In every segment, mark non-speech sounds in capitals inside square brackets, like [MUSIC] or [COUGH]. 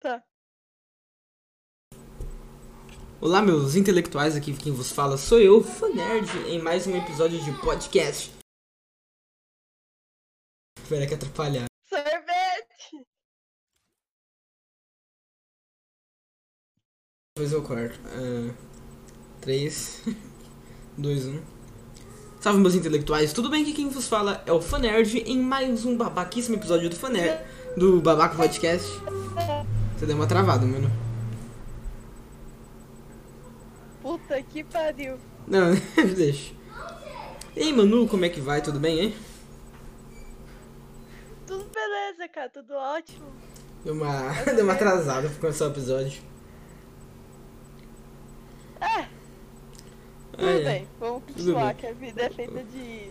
Tá. Olá, meus intelectuais, aqui quem vos fala sou eu, Fanerd, em mais um episódio de podcast. Pera que atrapalhar. Sorvete! Depois eu corto. Ah, três, [LAUGHS] dois, um. Salve, meus intelectuais, tudo bem? Aqui quem vos fala é o Fanerd, em mais um babaquíssimo episódio do Fanerd, do Babaco Podcast. Você deu uma travada, mano. Puta que pariu. Não, [LAUGHS] deixa. Ei, Manu, como é que vai? Tudo bem, hein? Tudo beleza, cara. Tudo ótimo. Deu uma, [LAUGHS] deu uma atrasada pra começar o episódio. Ah, É, tudo Ai, ai. bem. Vamos continuar, É, bem. que a vida é feita de...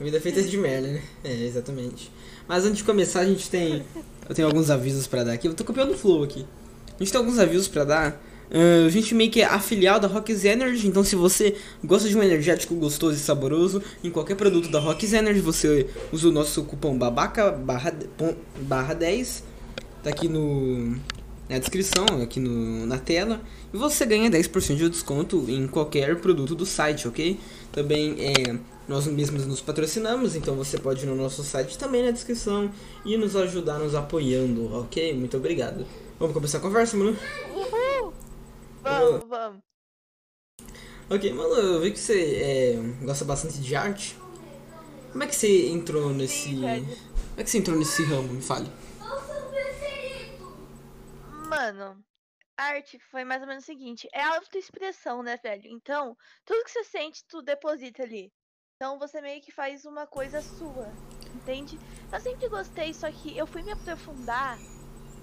A vida é feita de merda, né? É, exatamente. Mas antes de começar, a [LAUGHS] gente tem. Eu tenho alguns avisos pra dar aqui. Eu tô copiando o flow aqui. A gente tem alguns avisos pra dar. Ahn, a gente meio que é a filial da Rocks Energy, então se você gosta de um energético gostoso e saboroso, em qualquer produto da Rocks Energy, você usa o nosso cupom babaca barra, de- pon- barra 10, tá aqui no na descrição, aqui no, na tela, e você ganha 10% de desconto em qualquer produto do site, ok? Também é, nós mesmos nos patrocinamos, então você pode ir no nosso site também na descrição e nos ajudar nos apoiando, ok? Muito obrigado. Vamos começar a conversa, mano? Uhul! Vamos, vamos. Ok, mano, eu vi que você é, gosta bastante de arte. Como é que você entrou nesse. velho. Como é que você entrou nesse ramo? Me fale. Mano, arte foi mais ou menos o seguinte. É autoexpressão, né, velho? Então, tudo que você sente, tu deposita ali. Então, você meio que faz uma coisa sua, entende? Eu sempre gostei, só que eu fui me aprofundar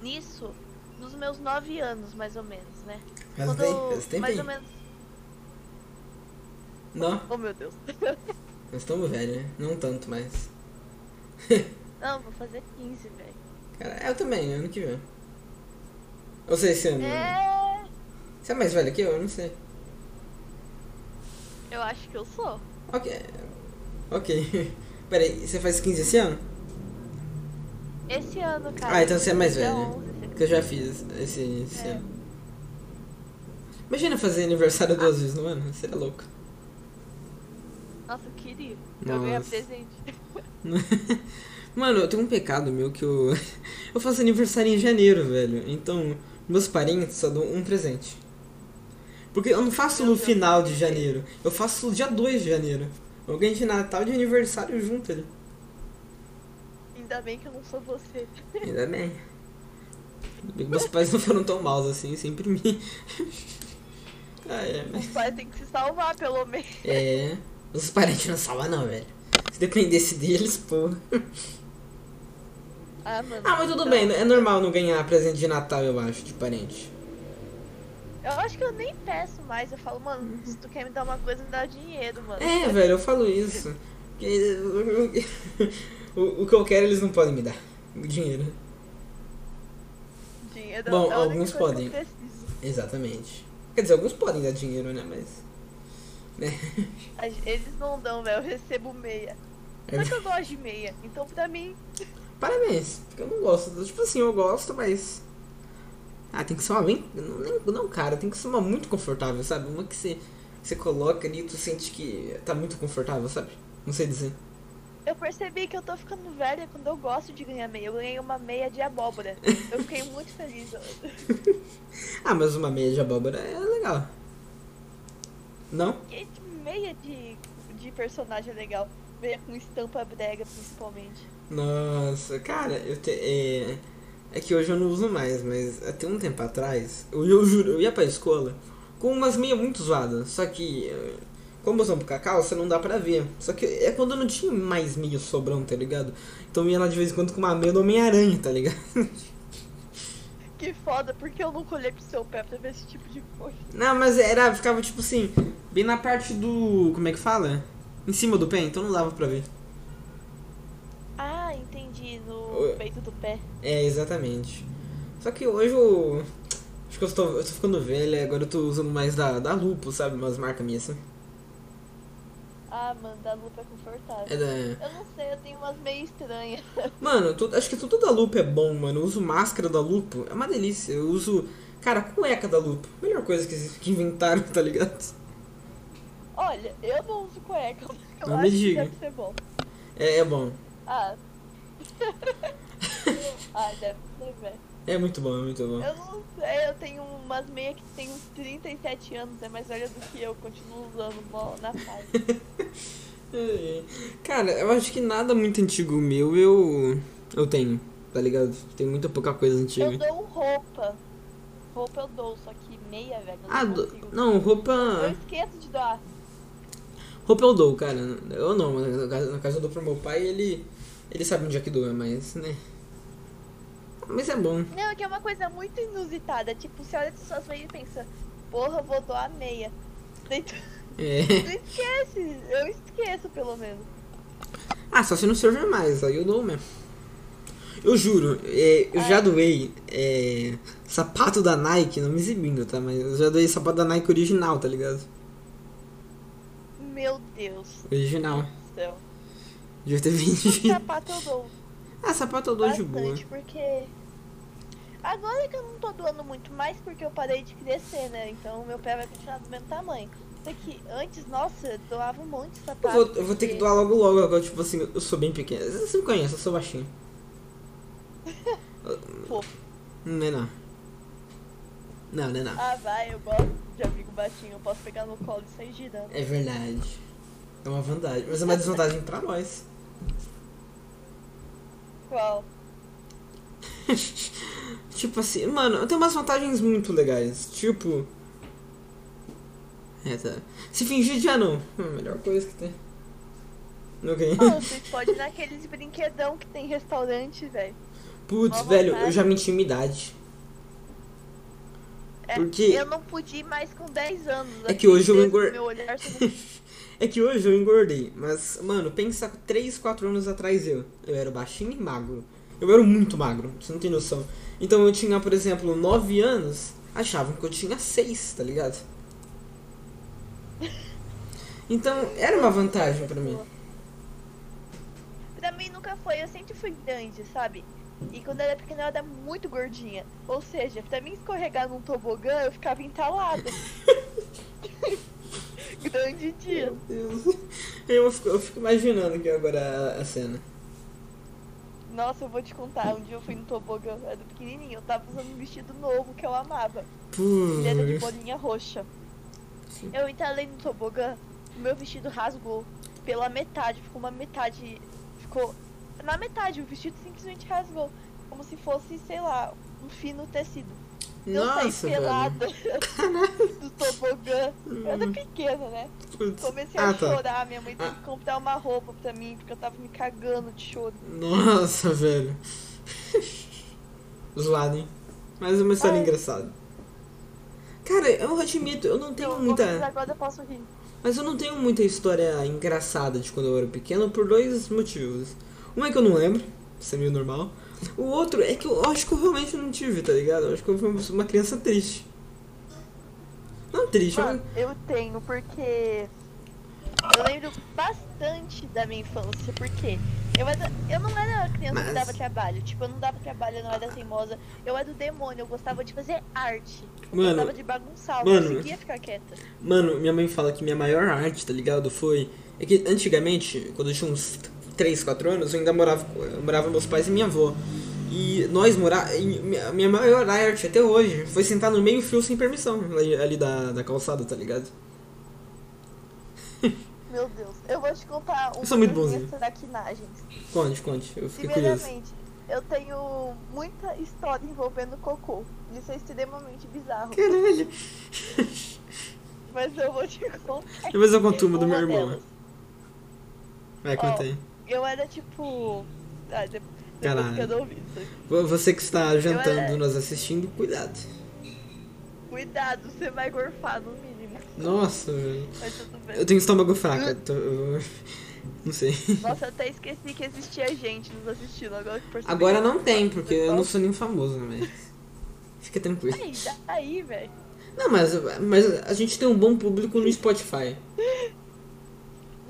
nisso nos meus nove anos, mais ou menos, né? Faz Quando tempo, eu- faz tempo mais aí. ou menos. Não, Oh meu Deus. nós estamos velhos, né? Não tanto, mas. Não, vou fazer 15, velho. Cara, eu também, né? ano que vem. Ou seja, esse ano. né? É. Você é mais velho que eu? Eu não sei. Eu acho que eu sou. Ok. Ok. [LAUGHS] Peraí, você faz 15 esse ano? Esse ano, cara. Ah, então você é mais Dia velho. 11, você- Porque eu já fiz esse, esse É. ano. Imagina fazer aniversário duas vezes no ano? Seria louco. Nossa, eu queria. Eu ganhei Nossa. presente. Mano, eu tenho um pecado meu que eu. [LAUGHS] Eu faço aniversário em janeiro, velho. Então, meus parentes só dão um presente. Porque eu não faço Meu no Deus. final de janeiro. Eu faço dia 2 de janeiro. Alguém de Natal e de aniversário junto ali. Ainda bem que eu não sou você. Ainda bem. Ainda bem que meus pais não foram tão maus assim, sempre me. [LAUGHS] ah, é, mas... Os pais têm que se salvar, pelo menos. É. Os parentes não salvam, não, velho. Se dependesse deles, pô. Ah, mano. Ah, mas tudo então, bem, é normal não ganhar presente de Natal, eu acho, de parente. Eu acho que eu nem peço mais. Eu falo, mano, se tu quer me dar uma coisa, me dá dinheiro, mano. Uhum. É, velho, eu falo isso. Porque eu- eu- O, o que eu quero eles não podem me dar. O dinheiro. Dinheiro Bom, é a única alguns coisa podem. Que eu preciso. Exatamente. Quer dizer, alguns podem dar dinheiro, né? Mas. Né? As- Eles não dão, velho. Eu recebo meia. É. Só que eu gosto de meia. Então, pra mim, Parabéns, porque eu não gosto. Tipo assim, eu gosto, mas. Ah, tem que ser uma bem. Não, nem- não, é um cara, tem que ser uma muito confortável, sabe? Uma que você, que você coloca ali e tu sente que tá muito confortável, sabe? Não sei dizer. Eu percebi que eu tô ficando velha quando eu gosto de ganhar meia. Eu ganhei uma meia de abóbora. Eu fiquei muito feliz. Ah, mas uma meia de abóbora é legal. Não? Que meia de, de personagem legal. Meia com estampa brega, principalmente. Nossa, cara, eu te, é, é que hoje eu não uso mais, mas até um tempo atrás, eu, eu juro, eu ia pra escola com umas meias muito zoadas, só que eh, como eu sou um cacau, você não dá pra ver. Só que é quando eu não tinha mais meia sobrando, tá ligado? Então eu ia lá de vez em quando com uma meia do Homem-Aranha, tá ligado? [LAUGHS] Que foda, porque eu nunca olhei pro seu pé pra ver esse tipo de coisa. Não, mas era, ficava tipo assim, bem na parte do, como é que fala? Em cima do pé, então não dava pra ver. Ah, entendi. No Oi. peito do pé. É, exatamente. Só que hoje eu. Acho que eu estou, eu é, tô ficando velho, agora eu tô usando mais da, da Lupo, sabe? Umas marcas minhas assim. Ah, mano, da lupa é confortável. É da... Eu não sei, eu tenho umas meio estranhas. [LAUGHS] Mano, tu- acho que tudo da Lupo é bom, mano. Eu uso máscara da Lupo, é uma delícia. Eu uso, cara, cueca da Lupo. Melhor coisa que, que inventaram, tá ligado? Olha, eu não uso cueca, mas eu Não me acho que diga. deve ser bom. É, é bom. Ah. [LAUGHS] ah, deve ser, velho. É muito bom, é muito bom. Eu não sei, eu tenho umas meias que tem uns 37 anos, é mais velha do que eu, continuo usando mó na fase. [LAUGHS] Ai, ai. Cara, eu acho que nada muito antigo meu eu. Eu tenho, tá ligado? Tem muita pouca coisa antiga. Eu dou roupa. Roupa eu dou, só que meia, velho. Eu Ah, não do- consigo. não, ah. roupa. Eu esqueço de doar. Roupa eu dou, cara. Eu não, mas na casa- na casa eu dou pro meu pai ele. Ele sabe onde é que doa, mas, né? Mas é bom. Não, é que é uma coisa muito inusitada. Tipo, você olha as suas meias e pensa, porra, eu vou doar meia. [LAUGHS] Daí tu, É. [LAUGHS] tu esquece, eu esqueço pelo menos. Ah, só se não servir mais, aí eu dou mesmo. Eu juro, é, eu já Ah. doei é, sapato da Nike, não me exibindo, tá? Mas eu já doei sapato da Nike original, tá ligado? Meu Deus Original. do céu. Um Devia ter [LAUGHS] vendido. [LAUGHS] Sapato eu dou Ah, sapato eu dou de boa. bastante, porque. Agora que eu não tô doando muito mais porque eu parei de crescer, né? Então meu pé vai continuar do mesmo tamanho. Só que antes, nossa, eu doava um monte de Eu sapato. vou, eu vou ter que doar logo logo, agora, tipo assim, eu sou bem pequeno. Você me conhece, eu sou baixinho. porque- [LAUGHS] Pô, Não é não. Não, não é não. ah, vai, eu gosto de amigo baixinho, eu posso pegar no colo e sair girando. É verdade. É uma vantagem. Mas é uma desvantagem pra nós. [LAUGHS] Qual? Tipo assim, mano, eu tenho umas vantagens muito legais. Tipo. É, tá. Se fingir já não. É a melhor coisa que tem. Ok. Mano, vocês podem ir naqueles brinquedão que tem restaurante, velho. Putz, Uma velho, eu vantagem. já menti minha idade. É, Porque- Eu não pude ir mais com 10 anos. É que aquele hoje eu dedo do engor- Meu olhar sobre... É que hoje eu engordei, mas, mano, pensa 3, 4 anos atrás eu. Eu era baixinho e magro. Eu era muito magro, você não tem noção. Então eu tinha, por exemplo, 9 anos, achavam que eu tinha 6, tá ligado? Então era uma vantagem pra mim. Pra mim nunca foi, eu sempre fui grande, sabe? E quando eu era pequena eu era muito gordinha. Ou seja, pra mim escorregar num tobogã eu ficava entalada. grande dia. Meu Deus. [LAUGHS] Eu fico, eu fico imaginando aqui agora a, a cena. Nossa, eu vou te contar, um dia eu fui no tobogã, eu era pequenininha, eu tava usando um vestido novo que eu amava. Ele era de Putz. bolinha roxa. Sim. Eu entalei no tobogã, o meu vestido rasgou pela metade, ficou uma metade. Ficou na metade, o vestido simplesmente rasgou. Como se fosse, sei lá, um fino tecido. Eu Nossa, saí velho. [LAUGHS] pelada do tobogã. Eu era pequena, né? Putz. Comecei Hum. Ah, a tá. chorar, minha mãe teve que comprar uma roupa pra mim, porque eu tava me cagando de choro. Nossa, velho. [LAUGHS] Zoado, hein? Mais uma história Ai. engraçada. Cara, eu admito, eu não tenho Então, muita. mas agora eu posso rir. Mas eu não tenho muita história engraçada de quando eu era pequeno por dois motivos. Um é que eu não lembro, isso é meio normal. O outro é que eu acho que eu realmente não tive, tá ligado? Eu acho que eu fui uma criança triste. Não triste, Mano, mas. eu tenho, porque eu lembro bastante da minha infância, porque eu, era, eu não era a criança Mas- que dava trabalho, tipo, eu não dava trabalho, eu não era teimosa, eu era do demônio, eu gostava de fazer arte, eu Mano, gostava de bagunçar, eu mano. não conseguia ficar quieta. Mano, minha mãe fala que minha maior arte, tá ligado? Foi. É que antigamente, quando eu tinha uns 3, 4 anos, eu ainda morava, com- eu morava com meus pais e minha avó. E nós morava. Minha maior arte até hoje foi sentar no meio-fio sem permissão ali, ali da, da calçada, tá ligado? Meu Deus, eu vou te contar um uma sou muito das bonzinho. minhas traquinagens. Conte, conte, eu fiquei curioso. Primeiramente, eu tenho muita história envolvendo cocô, isso é extremamente bizarro, Caralho! mas eu vou te contar. Depois eu conto uma do meu Uma irmão. delas. Vai, Ó, conta aí. Eu era tipo. Ah, de- depois Caralho. que eu não ouvi isso. aqui. Vo- Você que está jantando, era- nos assistindo, cuidado. Cuidado, você vai gorfar no mínimo. Nossa, velho. Mas tudo bem. Eu tenho estômago fraco. eu tô- eu- Não sei. Nossa, eu até esqueci que existia gente nos assistindo agora que percebi. Agora não tem, porque eu não sou nem famoso, né, mas. Fica tranquilo. Aí, dá- aí, velho. Não, mas, mas a gente tem um bom público no Spotify.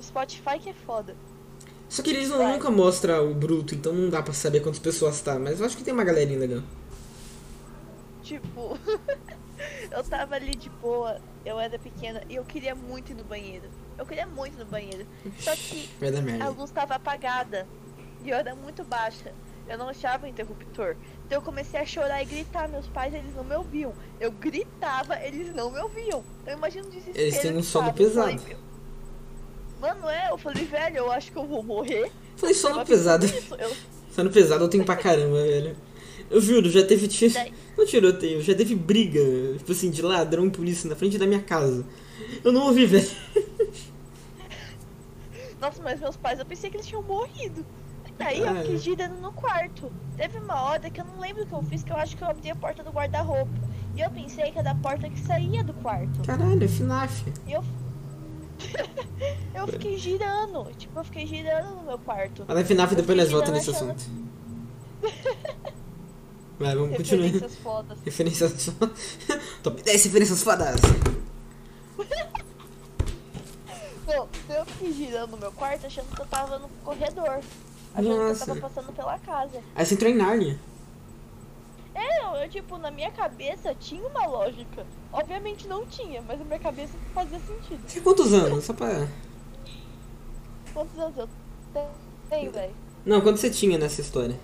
Spotify que é foda. Só que eles não- nunca mostram o bruto, então não dá pra saber quantas pessoas tá. Mas eu acho que tem uma galerinha legal. Tipo, [LAUGHS] eu tava ali de boa, eu era pequena e eu queria muito ir no banheiro. Eu queria muito ir no banheiro. Só que Vai dar merda. a luz tava apagada e eu era muito baixa. Eu não achava o interruptor. Então eu comecei a chorar e gritar. Meus pais, eles não me ouviam. Eu gritava, eles não me ouviam. Então imagina o desespero. Eles têm um que sono tava. Eu falei, pesado. "Meu- Mano, é, eu falei, velho, eu acho que eu vou morrer. Falei Eu sono tava pesado. pensando nisso, eu- Sono pesado eu tenho pra caramba, velho. Eu juro, já teve tiro. [LAUGHS] Daí- Não tiroteio, já teve briga, tipo assim, de ladrão e polícia na frente da minha casa. Eu não ouvi, velho. Nossa, mas meus pais, eu pensei que eles tinham morrido. Daí eu Caralho. fiquei girando no quarto. Teve uma hora que eu não lembro o que eu fiz, que eu acho que eu abri a porta do guarda-roupa. E eu pensei que era a porta que saía do quarto. Caralho, é FNAF. E eu. [LAUGHS] eu fiquei girando. Tipo, eu fiquei girando no meu quarto. Mas na FNAF depois nós Porque volta não nesse achava- assunto. Vai, vamos continuar. Referências fodas. Referências [LAUGHS] fodas. Top 10 referências fodas. Não, eu fiquei girando no meu quarto achando que eu tava no corredor. Achando Nossa. que eu tava passando pela casa. Aí você entrou em Narnia. É, eu, eu, tipo, na minha cabeça tinha uma lógica. Obviamente não tinha, mas na minha cabeça fazia sentido. Você tem quantos anos? Só pra. Quantos anos eu tenho, velho? Não, quanto você tinha nessa história?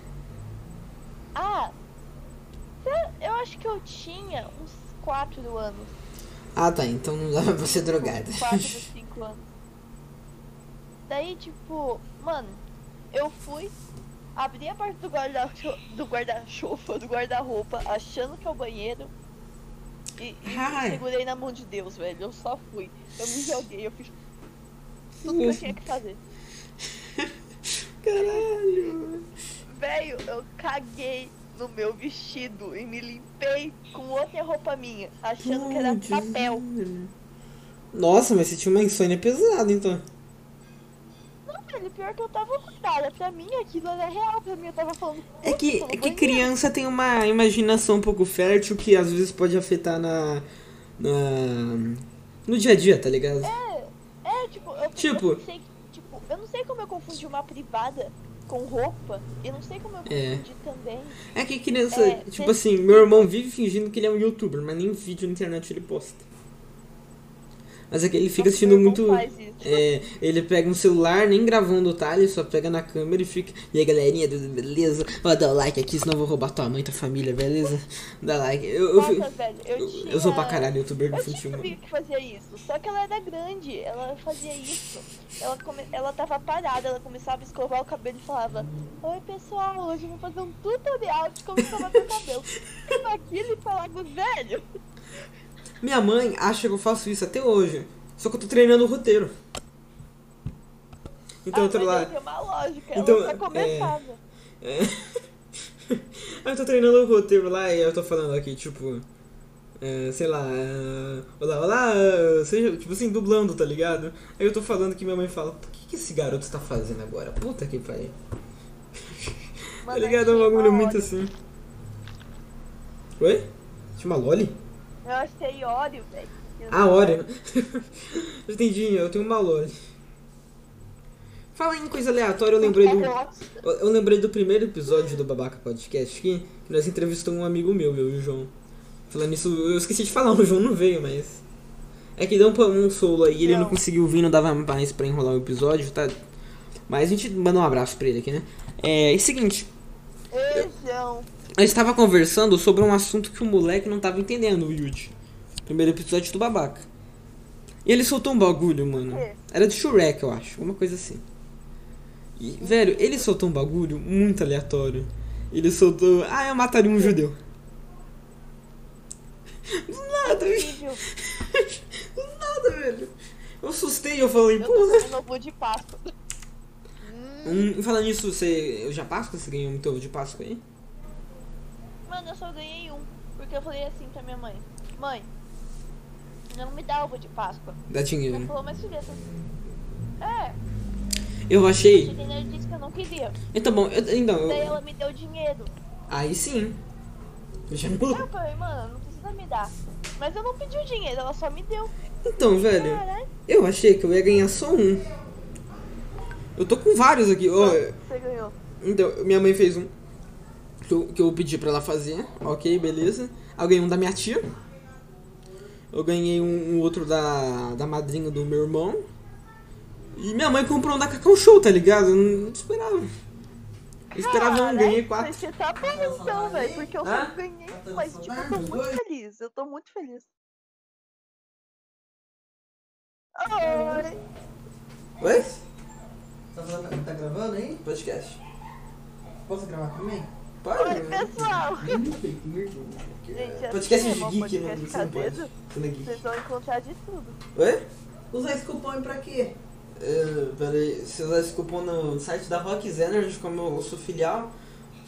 Ah, se- eu acho que eu tinha uns 4 anos. Ah tá, então não dava pra ser drogada. [LAUGHS] 4 ou 5 anos. Daí, tipo, mano, eu fui, abri a parte do guarda-cho- do guarda-chuva, do guarda-roupa, achando que é o banheiro. E, e Ai. segurei na mão de Deus, velho. Eu só fui. Eu me joguei, eu fiz tudo que eu tinha que fazer. Caralho. Velho, eu caguei no meu vestido e me limpei com outra roupa minha, achando que era papel. Nossa, mas você tinha uma insônia pesada então. Não, velho, pior que eu tava ocupada. Pra mim aquilo era real, pra mim eu tava falando. É que, "Puta, é eu que vou criança tem uma imaginação um pouco fértil que às vezes pode afetar na. na no dia a dia, tá ligado? em-". É, tipo, eu, Tipo- eu pensei que- tipo, eu não sei como eu confundi uma privada com roupa, eu não sei como eu É. confundi também. É que criança, É, tipo tem- assim, meu irmão vive fingindo que ele é um youtuber, mas nem vídeo na internet ele posta. Mas é que ele Nossa, fica assistindo meu irmão muito. faz isso. É, ele pega um celular, nem gravando tá? Ele só pega na câmera e fica. E aí galerinha, tudo beleza? Ó, dá o like aqui, senão eu vou roubar tua mãe, tua família, beleza? Dá like. Eu, eu, Nossa, fi- velho, eu, eu, tinha... eu sou pra caralho youtuber Eu infantil, tinha uma mano. amiga que fazia isso, só que ela era grande, ela fazia isso. Ela, come... ela tava parada, ela começava a escovar o cabelo e falava: Oi pessoal, hoje eu vou fazer um tutorial de como escovar meu [LAUGHS] cabelo. Ficava aquilo e falava: Velho, Minha mãe acha que eu faço isso até hoje. Só que eu tô treinando o roteiro. Então ah, eu tô mas lá. aí tem uma lógica, Então, ela é- só começava. É. Ah, eu tô treinando o roteiro lá e eu tô falando aqui, tipo. é, sei lá. é, olá, olá, é, seja, tipo assim, dublando, tá ligado? Aí eu tô falando que minha mãe fala: Por que, que esse garoto tá fazendo agora? Puta que pariu. Tá Mano, tipo ligado? É eu um tinha bagulho uma muito Oreo. assim. Oi? Tinha uma Loli? Eu achei óleo, velho. Ah, Oreo. [LAUGHS] eu entendi, eu tenho uma Loli. Fala em coisa aleatória, eu lembrei do. Eu, eu lembrei do primeiro episódio do Babaca Podcast aqui, que nós entrevistamos um amigo meu, eu e o João. Falando isso, eu esqueci de falar, [LAUGHS] o João não veio, mas. É que deu um, um solo aí, ele não. Não. conseguiu vir, não dava mais pra enrolar o episódio, tá? Mas a gente manda um abraço pra ele aqui, né? É, é o seguinte, Beijão. eu estava conversando sobre um assunto que o moleque não tava entendendo, o Yuji. Primeiro episódio do Babaca. E ele soltou um bagulho, mano. O quê? Era do Shrek, eu acho. Uma coisa assim. E, velho, ele soltou um bagulho muito aleatório. Ele soltou. Ah, eu mataria um judeu. Do nada, Incrível. do nada, velho. Eu assustei, eu falei, Eu pô. tô comendo ovo de Páscoa. Hum, Hum, falando nisso, você. Eu já Páscoa? Você ganhou muito ovo de Páscoa aí? Mano, eu só ganhei um. Porque eu falei assim pra minha mãe: Mãe, não me dá ovo de Páscoa. Dá Ela dinheiro. né? falou, mas filha, tu... É, Eu eu achei. cheguei nela e disse que eu não queria. Então, bom, eu, então. Daí Eu, ela me deu dinheiro. aí sim. Eu já- Aí Eu falei, mano, não precisa me dar. Mas eu não pedi o dinheiro, ela só me deu. Então, velho. Caralho. Eu achei que eu ia ganhar só um. Eu tô com vários aqui. Ô, Você ganhou. Então, minha mãe fez um que eu, que eu pedi pra ela fazer. Ok, beleza. Eu ganhei um da minha tia. Eu ganhei um, um outro da, da madrinha do meu irmão. E minha mãe comprou um da Cacau Show, tá ligado? Eu não esperava. Eu esperava um, Cara, ganhei quatro. Você tá bem então, velho, porque eu Hã? só ganhei, Tá mas dando tipo, eu tô saudade? muito feliz, eu tô muito feliz. Oi! Oi? Tá, falando- tá gravando aí? Podcast. Posso gravar também? Pode? né? Oi, pessoal! [LAUGHS] Gente, é Podcast assim, é de um geek, não, podcast você não pode. caseiro, Você não é geek. Vocês vão encontrar de tudo. Oi? Usar esse cupom pra quê? É, peraí, se usar esse cupom no site da Rocks Energy, como eu sou filial,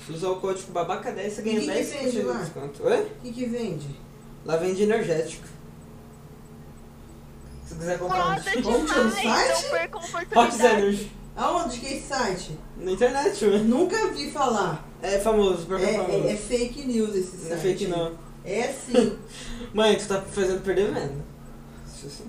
se usar o código BABACA10, você ganha E o que que 10% vende lá? de desconto. Oi? O que que vende? Lá vende energético. Se quiser comprar Nossa, um Vamos ter um demais! Não site? perca a Rocks oportunidade. Energy, Aonde que é esse site? na internet, mano. Nunca vi falar. É famoso, É, pior que é famoso. é- é fake news esse site. não é fake não. É sim. Mãe, tu tá fazendo perder venda. Isso sim.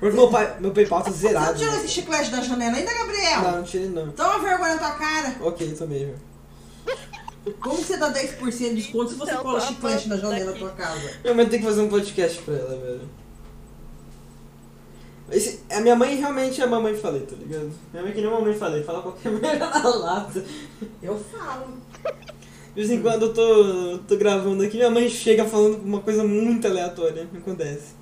Porque meu, pai, meu PayPal [LAUGHS] tá Hum. Tá. Você não zerado. tirou né? esse chiclete da janela ainda, Gabriel? Não, não tirei não. Toma vergonha na tua cara. Ok, também, velho. Como que você dá 10% de desconto se você Então, cola tá chiclete na bom, janela da daqui. tua casa? Minha mãe tem que fazer um podcast pra ela, velho. Esse- a minha mãe realmente é a mamãe falei, tá ligado? Minha mãe que nem mamãe falei, fala qualquer [LAUGHS] merda na lata. Eu falo. De vez em quando eu tô, eu tô gravando aqui, minha mãe chega falando uma coisa muito aleatória, acontece.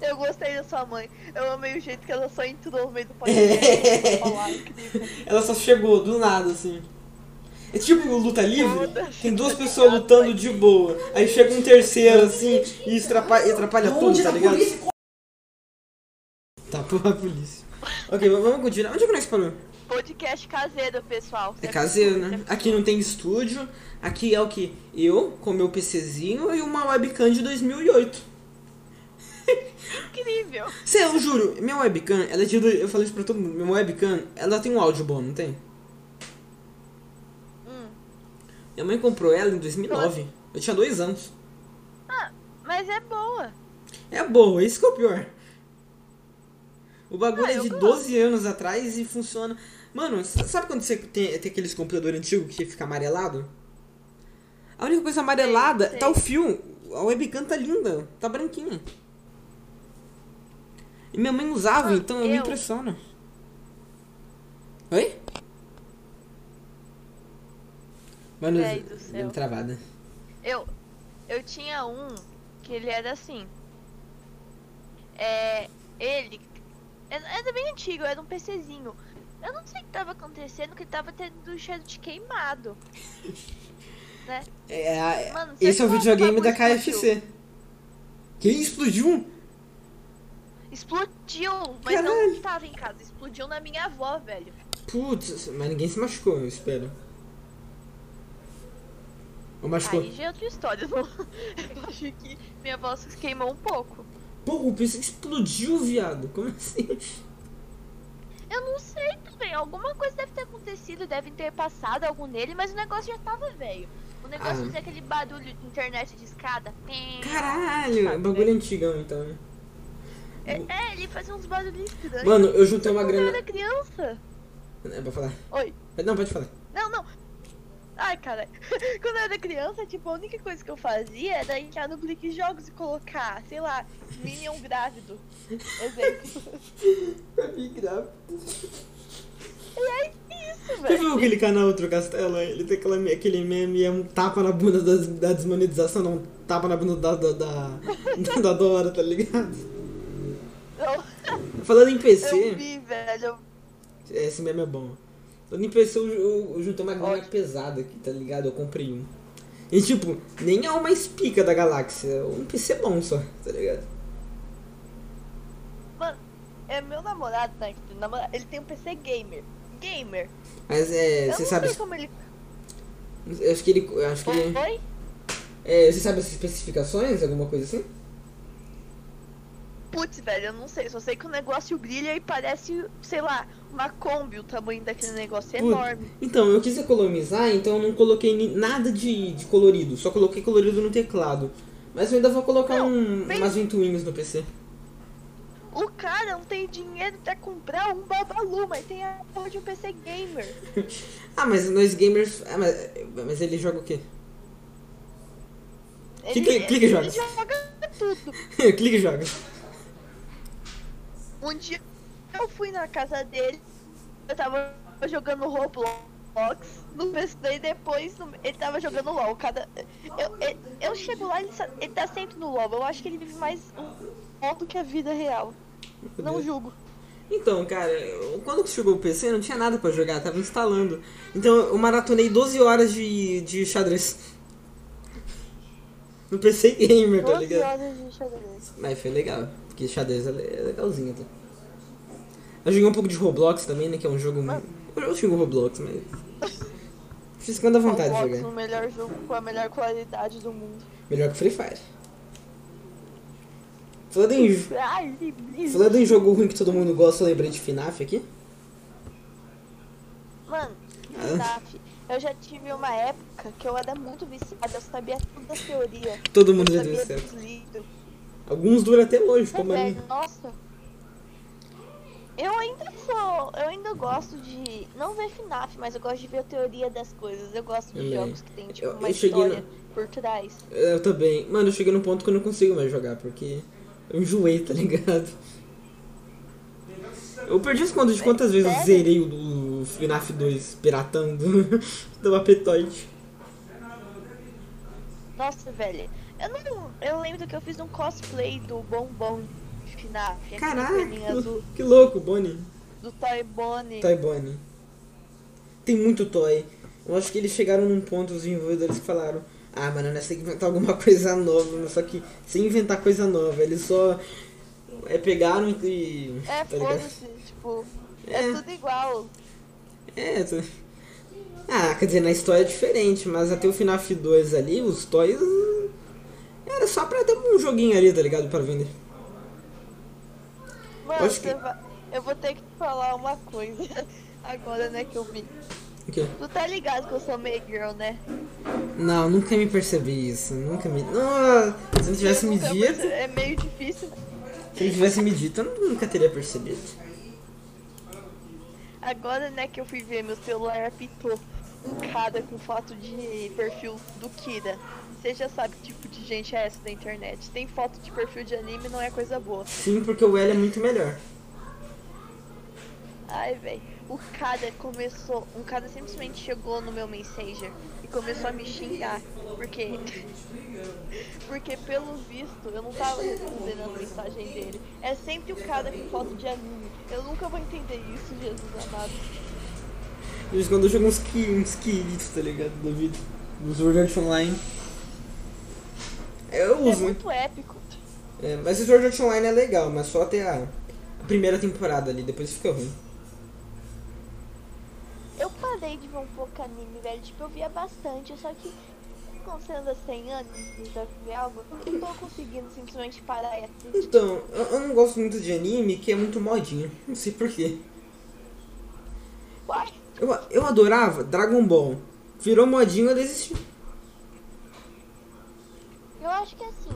Eu gostei da sua mãe. Eu amei o jeito que ela só entrou no meio [LAUGHS] do podcast. Falar, incrível. Ela só chegou, do nada, assim. É tipo luta livre, Foda-se. tem duas pessoas lutando de boa, aí chega um terceiro, assim, e atrapalha, atrapalha tudo, Onde tá a ligado? polícia Tá, porra, a polícia. Ok, v- vamos continuar. Onde é que nós paramos? Podcast caseiro, pessoal. É caseiro, né? Aqui não tem estúdio. Aqui é o que? Eu, com meu PCzinho e uma webcam de 2008. É Incrível. Cê, eu juro, minha webcam, ela é de. do- Eu falei isso pra todo mundo. Minha webcam, ela tem um áudio bom, não tem? Hum. Minha mãe comprou ela em 2009. Eu tinha dois anos. Mas é boa. É boa, isso que é o pior. O bagulho Ah, é eu de gosto. 12 anos atrás e funciona. Mano, s- sabe quando você tem, tem aqueles computadores antigos que fica amarelado? A única coisa amarelada sei. tá o fio. A webcam tá linda, tá branquinha. E minha mãe usava, Ah, então eu... me eu- impressiona. Oi? Mano, Véi do céu. deu uma travada. Eu, eu tinha um que ele era assim. É. Ele. Era era bem antigo, era um PCzinho. Eu não sei o que tava acontecendo, que ele tava tendo um cheiro de queimado. É, é- Mano, você tá esse é o sabe videogame como da explodiu? KFC. Que explodiu? Explodiu, mas Caralho. não tava em casa, explodiu na minha avó, velho. Putz, mas ninguém se machucou, eu espero. Ou machucou? Aí já é outra história. [LAUGHS] Não... Eu acho que minha avó se queimou um pouco. Pô, o PC explodiu, viado. Como [LAUGHS] assim? Eu não sei também, alguma coisa deve ter acontecido, deve ter passado algo nele, mas o negócio já tava velho. O negócio Ah. fazia aquele barulho de internet de escada. pim. Caralho, Tá é bagulho antigão então, né? É, é, ele fazia uns barulhos estranhos. Mano, eu juntei uma Quando eu grana. era criança. É pra falar. É, Oi. Não, pode falar. Não, não. Ai, cara. [LAUGHS] Quando eu era criança, tipo, a única coisa que eu fazia era entrar no Clique Jogos e colocar, sei lá, Minion grávido. Exemplo. E é isso, Você [LAUGHS] velho. viu aquele canal Outro Castelo? Ele tem aquela, aquele meme, é um tapa na bunda da, da desmonetização, não, um tapa na bunda da, da, da, [LAUGHS] da Dora, tá ligado? Eu, Falando em eu PC, vi, velho. esse meme é bom. Falando em PC, eu, eu, eu juntei uma grana Ótimo. pesada aqui, tá ligado? Eu comprei um. E tipo, nem é o mais pica da galáxia, é um PC bom só, tá ligado? Mano, é meu namorado, né? que namora- Ele tem um PC gamer. Gamer. Mas é, eu você não sabe, sei como ele. eu acho que ele, eu acho que ele, Oi? é, você sabe as especificações, alguma coisa assim? Putz, velho, eu não sei. Só sei que o negócio brilha e parece, sei lá, uma Kombi o tamanho daquele negócio. É Putz. enorme. Então, eu quis economizar, então eu não coloquei ni- nada de, de colorido, só coloquei colorido no teclado. Mas eu ainda vou colocar Não, um, bem- umas ventoinhas no PC. O cara não tem dinheiro pra comprar um babalu, mas tem a porra de um PC gamer. [LAUGHS] Ah, mas nós gamers. Ah, mas, mas ele joga o quê? [LAUGHS] Ele, que- que que ele joga? joga tudo. Clica e joga. Um dia eu fui na casa dele, eu tava jogando Roblox no PC e depois no- ele tava jogando LOL. Cada, eu, eu, eu chego lá, ele, sa- ele tá sempre no LOL. Eu acho que ele vive mais o LOL do que a vida real. Não Deus. julgo. Então, cara, eu- quando que chegou o PC, não tinha nada pra jogar, tava instalando. Então eu maratonei 12 horas de, de xadrez. [LAUGHS] No PC Gamer, tá 12 ligado? horas de xadrez. Mas foi legal, porque xadrez é le- é legalzinho, tá? Eu joguei um pouco de Roblox também, né? Que é um jogo. mu- Eu eu jogo Roblox, mas. [LAUGHS] Fiz quando à vontade de Roblox, jogar. o melhor jogo com a melhor qualidade do mundo. Melhor que Free Fire. Falando em, Ai, livre. falando em jogo ruim que todo mundo gosta, eu lembrei de FNAF aqui. Mano, Ah. FNAF, eu já tive uma época que eu era muito viciada, eu sabia tudo da teoria. Todo mundo eu já teve sabia certo. dos livros. Alguns duram até hoje, É, como velho, nossa. Eu ainda sou. Eu ainda gosto de. Não ver FNAF, mas eu gosto de ver a teoria das coisas. Eu gosto de Também. jogos que tem, tipo, Eu- uma eu cheguei história por trás. Eu também. Mano, eu cheguei num ponto que eu não consigo mais jogar, porque eu enjoei, tá ligado? Eu perdi as contas de quantas vezes eu sério? zerei o, o FNAF 2 piratando [LAUGHS] do apetoide. Nossa, velho. Eu não. Eu lembro que eu fiz um cosplay do bombom de FNAF. Caraca, aquele perninha azul que louco, Bonnie. do Toy Bonnie. Toy Bonnie. Tem muito toy. Eu acho que eles chegaram num ponto, os desenvolvedores que falaram Ah, mano, nós temos que inventar alguma [LAUGHS] coisa nova, mas só que sem inventar coisa nova, eles só... É, pegaram e... É, tá ligado? foda-se, tipo. É. É. tudo igual. É, tu- Ah, quer dizer, na história é diferente, mas até o FNAF 2 ali, os toys. hum, Era só pra ter um joguinho ali, tá ligado? Pra vender. Mano, Acho que- você vai- eu vou ter que te falar uma coisa [LAUGHS] agora, né, que eu vi. O quê? Tu tá ligado que eu sou meio girl, né? Não, nunca me percebi isso. Nunca me. Não, se não tivesse Eu me nunca perce- dito. É meio difícil. Se não tivesse me dito, eu nunca teria percebido. Agora, né, que eu fui ver, meu celular apitou um cara com foto de perfil do Kira. Você já sabe que tipo de gente é essa da internet. Tem foto de perfil de anime, não é coisa boa. Sim, porque o L é muito melhor. Ai, velho. O cara começou. Um cara simplesmente chegou no meu Messenger e começou a me xingar. Porque. [LAUGHS] Porque, pelo visto, eu não tava respondendo a mensagem dele. É sempre o cara com foto de anime. Eu nunca vou entender isso, Jesus amado. De vez em quando eu jogo uns, ki- uns quilitos, tá ligado? Do vídeo. Dos World Online. Eu É uso, né? muito épico. É, mas o Sword Art Online é legal, mas só até a a primeira temporada ali, depois fica ruim. Eu parei de ver um pouco anime, velho. Tipo, eu via bastante, só que com sendo assim, 100 anos de ver é algo, eu não tô conseguindo simplesmente parar e assistir. Então, eu, eu não gosto muito de anime, que é muito modinha. Não sei porquê. Uai, Eu, eu adorava Dragon Ball. Virou modinho, eu desisti. eu acho que assim,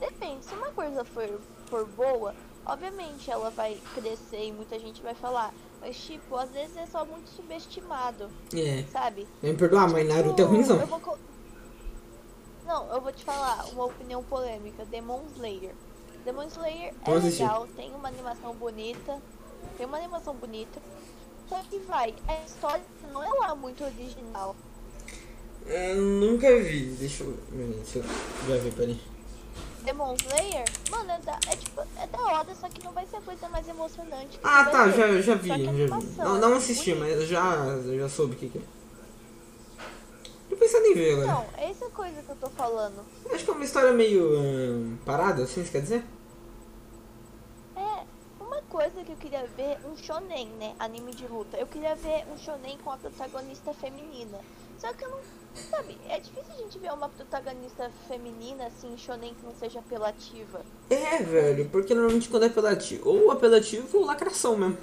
depende. Se uma coisa for, for boa, obviamente ela vai crescer e muita gente vai falar. Mas, tipo, às vezes é só muito subestimado, É, sabe? vai me perdoar, mas Naruto é Tipo, eu ruimzão. vou co- Não, eu vou te falar uma opinião polêmica. Demon Slayer. Demon Slayer é Vou assistir. legal, tem uma animação bonita. Tem uma animação bonita. Só que vai, a história não é lá muito original. Eu É, nunca vi, deixa eu... Deixa eu já ver, peraí. Demon Slayer, mano, é da, é, tipo, é da hora, só que não vai ser a coisa mais emocionante. que Ah, vai tá, ser. já, já vi, Só que a já vi. animação Não, é não assisti, bonita. mas eu já, eu já soube o que que é. Tô pensando em ver agora. Então, essa é a coisa que eu tô falando. Acho que é uma história meio ahn, parada, assim, você quer dizer? É, uma coisa que eu queria ver, um shonen, né? Anime de luta. Eu queria ver um shonen com a protagonista feminina. Só que eu não. Sabe, é difícil a gente ver uma protagonista feminina, assim, em shonen que não seja apelativa. É, velho, porque normalmente quando é apelativo, ou apelativo ou lacração mesmo.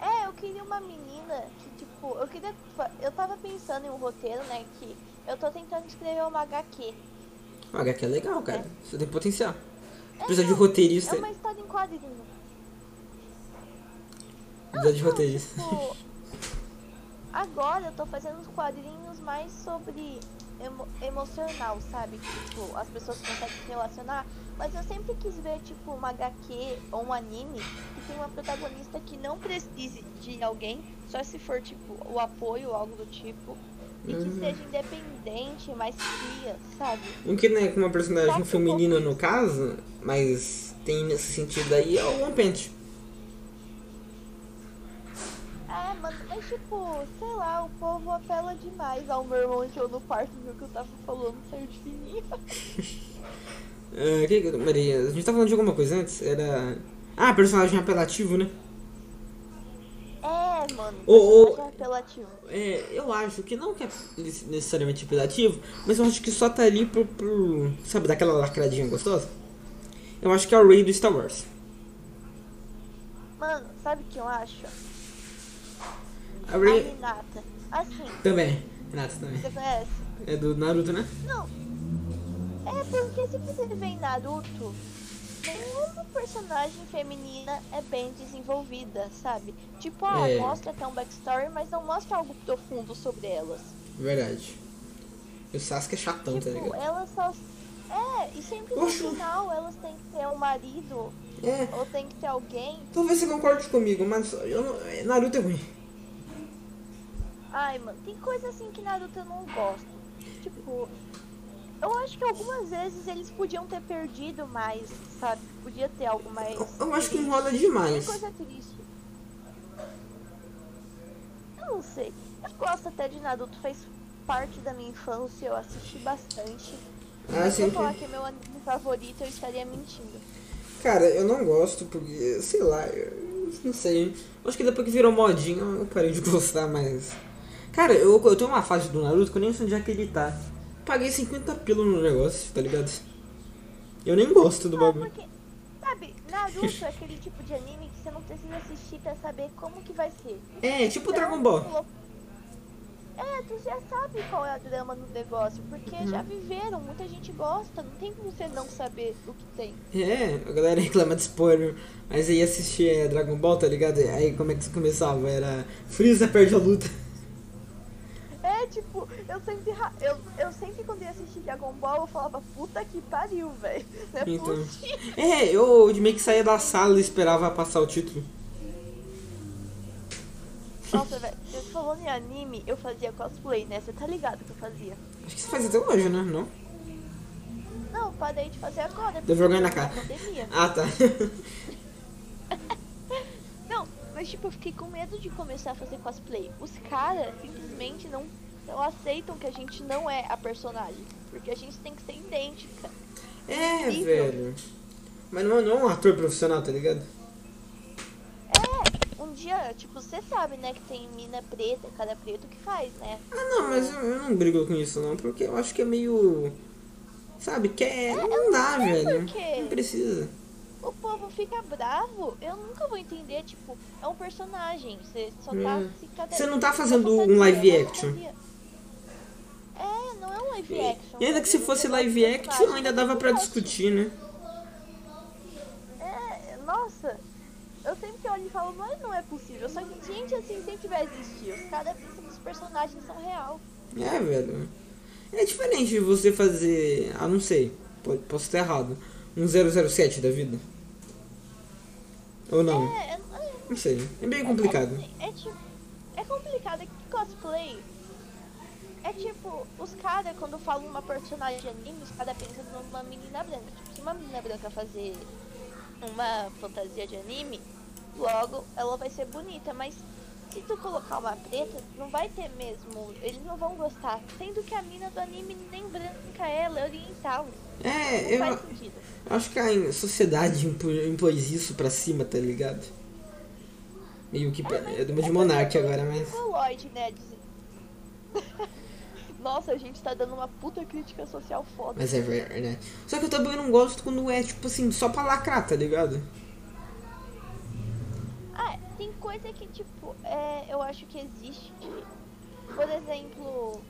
É, eu queria uma menina que, tipo, eu queria. fa- Eu tava pensando em um roteiro, né? Que eu tô tentando escrever uma HQ. é O HQ é legal, cara. Você tem potencial. Precisa de É roteirista. uma história em quadrinho. Precisa de roteirista. Tipo, agora eu tô fazendo uns quadrinhos mais sobre emo- emocional, sabe? Que, Tipo, as pessoas conseguem se relacionar. Mas eu sempre quis ver, tipo, uma HQ ou um anime que tem uma protagonista que não precise de alguém, só se for, tipo, o apoio ou algo do tipo. E que seja independente, mais fria, sabe? Um que né, com uma personagem Sexo feminina pouco. no caso, mas tem nesse sentido aí, é o One Punch. Ah, mano, mas tipo, sei lá, o povo apela demais ao meu irmão entrou no quarto, viu que eu tava falando, saiu de fininho. Ah, que, que- Maria, a gente tá falando de alguma coisa antes? Era. Ah, personagem apelativo, né? É, mano, Ô, ô. personagem apelativo. É, eu acho que não que é nece- necessariamente apelativo, mas eu acho que só tá ali pro. pro- sabe, daquela lacradinha gostosa? Eu acho que é o Ray do Star Wars. Mano, sabe o que eu acho? A A Ray. Renata. Assim, Também. Renata também. você conhece? É do Naruto, né? Não. É porque se você vê em Naruto, nenhuma personagem feminina é bem desenvolvida, sabe? Tipo, ah, É. mostra até um backstory, mas não mostra algo profundo sobre elas. Verdade. E o Sasuke é chatão, tá tipo, ligado? elas só. É, e sempre no Oxo. final elas têm que ter um marido É, ou tem que ter alguém. talvez você concorde comigo, mas eu não- é, Naruto é ruim. Ai, mano, tem coisa assim que Naruto eu não gosto. Tipo, eu acho que algumas vezes eles podiam ter perdido mais, sabe? Podia ter algo mais. Eu, eu acho que triste. enrola Tem demais. coisa triste. Eu não sei. Eu gosto até de Naruto, fez parte da minha infância, eu assisti bastante. Ah, Se eu sempre. falar que é meu anime favorito, eu estaria mentindo. Cara, eu não gosto porque, sei lá, eu não sei. Eu Acho que depois que virou modinha eu parei de [LAUGHS] gostar, mas. Cara, eu, eu tenho uma fase do Naruto que eu nem sei onde é que ele tá. Paguei 50 pila no negócio, tá ligado? Eu nem gosto do Ah, bagulho. porque, sabe, Naruto é aquele tipo de anime que você não precisa assistir pra saber como que vai ser. É, tipo Então, Dragon Ball. colo- É, tu já sabe qual é a drama do negócio, porque Uhum. já viveram, muita gente gosta, não tem como você não saber o que tem. É, a galera [LAUGHS] reclama de spoiler. Mas aí assistir é, Dragon Ball, tá ligado? Aí como é que isso começava? Era Freeza perde a luta. É, tipo, eu sempre, ra- eu, eu sempre quando ia assistir Dragon Ball, eu falava, puta que pariu, velho. Não é Então. possível. [LAUGHS] É, eu meio que saía da sala e esperava passar o título. Nossa, velho, eu falando em anime, eu fazia cosplay, né? Você tá ligado que eu fazia? Acho que você faz até hoje, né? Não? Não, eu parei de fazer agora. Deu vergonha na cara. Pandemia. Ah, tá. [LAUGHS] Não, mas tipo, eu fiquei com medo de começar a fazer cosplay. Os caras simplesmente não, não aceitam que a gente não é a personagem. Porque a gente tem que ser idêntica. É, Incrível. velho. Mas não, não é um ator profissional, tá ligado? É, um dia, tipo, você sabe, né, que tem mina preta, cara preto que faz, né? Ah, não, mas eu, eu não brigo com isso, não, porque eu acho que é meio. Sabe, que é. Não dá, sei por velho. quê. Não precisa. O povo fica bravo, eu nunca vou entender, tipo, é um personagem, você só tá Hum. se cada- Você não tá só fazendo um fantasia, live é uma action. fantasia. É, não é um live action. E ainda que se sabe? fosse Você faz live um action, personagem, ainda dava pra faz. discutir, né? É, nossa, eu sempre olho e falo, mas não é possível. Só que gente assim sempre vai existir. Os caras pensam que os personagens são real. É, velho. É diferente de você fazer. Ah, não sei. po- Posso estar errado. Um 007 da vida. Ou não? É, é, é, Não sei. É bem complicado. É, tipo, é complicado. É que cosplay. É tipo, os caras, quando falam uma personagem de anime, os caras pensam numa menina branca. Tipo, se uma menina branca fazer uma fantasia de anime, logo ela vai ser bonita, mas se tu colocar uma preta, não vai ter mesmo. Eles não vão gostar. Sendo que a mina do anime nem branca ela, é oriental. Não É, eu. faz sentido. Acho que a sociedade impu- impôs isso pra cima, tá ligado? Meio que. É de uma de Monark agora, mas. Polaroid, né? [LAUGHS] diz- Nossa, a gente tá dando uma puta crítica social foda. Mas é verdade. Só que eu também não gosto quando é, tipo assim, só pra lacrar, tá ligado? Ah, tem coisa que, tipo, é, eu acho que existe. Por exemplo.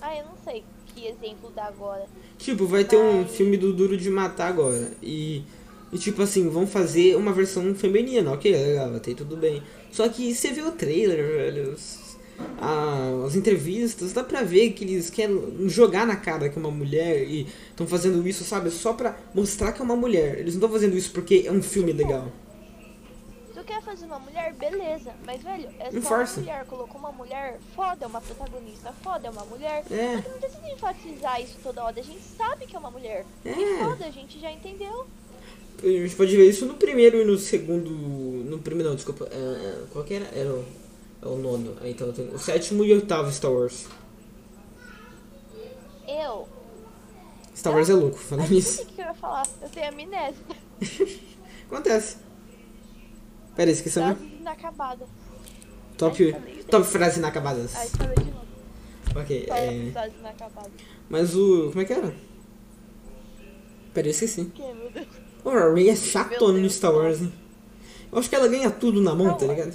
Ah, eu não sei. que exemplo dá agora. Tipo, vai ter um filme do Duro de Matar agora. E, e tipo assim, vão fazer uma versão feminina, ok, é legal, até aí tudo bem. Só que você vê o trailer, velho. os- a- as entrevistas, dá pra ver que eles querem jogar na cara que é uma mulher e estão fazendo isso, sabe? Só pra mostrar que é uma mulher. Eles não estão fazendo isso porque é um filme legal. Se tu quer fazer uma mulher, beleza. Mas, velho, é só Não força. uma mulher. Colocou uma mulher foda, uma protagonista foda, é uma mulher. É. Mas não precisa enfatizar isso toda hora. A gente sabe que é uma mulher. E É. foda, a gente já entendeu. A gente pode ver isso no primeiro e no segundo. No primeiro não, desculpa. é, é, qual que era? Era o, é o nono. Ah, Então, tem o sétimo e oitavo Star Wars. Eu. Star Wars é louco, falando Ai, nisso. O que que eu ia falar? Eu tenho amnésia. Acontece. Pera aí, esqueci Tá né? inacabada. Top, top frase inacabadas. Aí falei de novo. Ok, Fala é... é. frase inacabada. Mas o. Como é que era? Pera aí, esqueci. Que, meu Deus. O Ray é chato Meu no Deus, é. Star Wars, hein? Eu acho que ela ganha tudo na mão, tá ligado?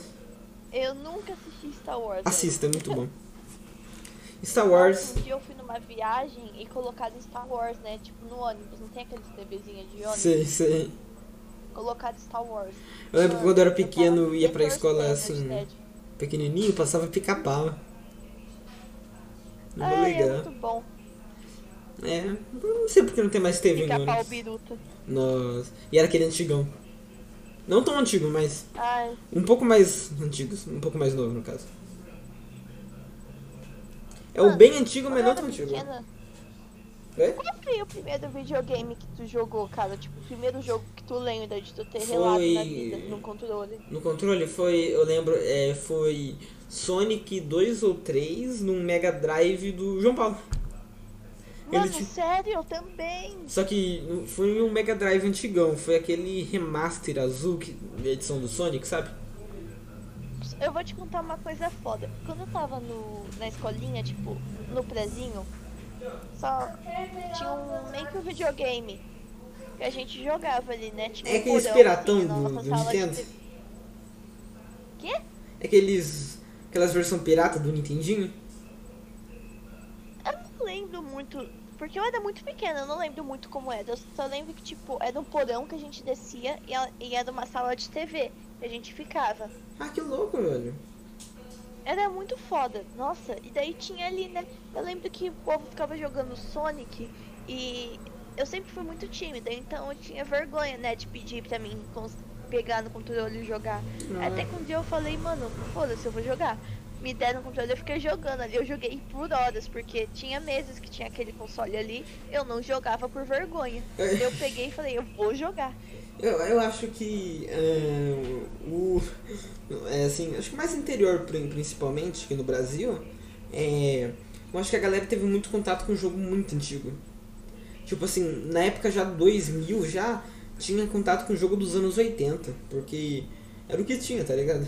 Eu nunca assisti Star Wars. velho. Assista, é muito bom. Star Wars. Um dia eu fui numa viagem e colocaram Star Wars, né? Tipo, no ônibus. Não tem aqueles bebezinhos de ônibus? Sei, sei. Colocado Star Wars. Tipo, Eu lembro que quando eu era tava pequeno, ia pra 14 escola anos de assim, idade. pequenininho, passava pica-pau. Não Ai, é legal. muito bom. É, não sei porque não tem mais TV Fica agora. pau biruta. Nossa. E era aquele antigão. Não tão antigo, mas Ai, um pouco mais antigo, um pouco mais novo no caso. É o Mano, bem antigo, Ah, quando mas eu não era tão antigo. pequena, É? qual foi o primeiro videogame que tu jogou, cara? Tipo, o primeiro jogo que tu lembra de tu ter Foi- relado na vida, no controle. No controle foi, eu lembro, é, foi Sonic 2 ou 3 num Mega Drive do João Paulo. Ele Mano, te- sério, eu também. Só que foi um Mega Drive antigão, foi aquele remaster azul que edição do Sonic, sabe? Eu vou te contar uma coisa foda. Quando eu tava no, na escolinha, tipo, no prezinho, só tinha um meio que um videogame que a gente jogava ali, né? Tipo, É um aqueles porão, piratão assim, na do, nossa do sala de Nintendo. TV. Quê? Aqueles. Aquelas versão pirata do Nintendinho? Eu não lembro muito, porque eu era muito pequena, eu não lembro muito como era. Eu só lembro que, tipo, era um porão que a gente descia e, a- e era uma sala de TV que a gente ficava. Ah, que louco, velho. Era muito foda, nossa. E daí tinha ali, né? Eu lembro que o povo ficava jogando Sonic e eu sempre fui muito tímida, então eu tinha vergonha, né, de pedir pra mim cons- pegar no controle e jogar. Ah. Até que um dia eu falei, mano, foda-se, eu vou jogar. Me deram o controle, eu fiquei jogando ali. Eu joguei por horas, porque tinha meses que tinha aquele console ali, eu não jogava por vergonha. É. Eu peguei e falei, eu vou jogar. Eu, eu acho que é, o é, assim, acho que mais interior prin- principalmente que no Brasil, é, eu acho que a galera teve muito contato com um jogo muito antigo. Tipo assim, na época já 2000 já tinha contato com o jogo dos anos 80, porque era o que tinha, tá ligado?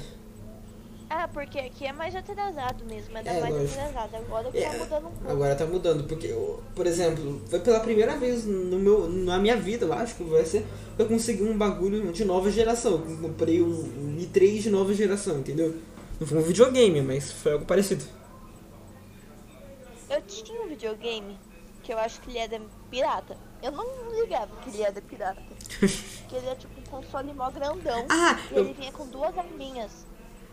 Ah, porque aqui é mais atrasado mesmo, é da É, mais lógico. atrasado. Agora que É, tá mudando um pouco. Agora tá mudando, porque eu, por exemplo, foi pela primeira vez no meu, na minha vida, eu acho que vai ser, eu consegui um bagulho de nova geração. Eu comprei um, um i3 de nova geração, entendeu? Não foi um videogame, mas foi algo parecido. Eu tinha um videogame que eu acho que ele era pirata. Eu não ligava que ele era [LAUGHS] pirata. que ele era tipo um console mó grandão. Ah, e eu- ele vinha com duas arminhas.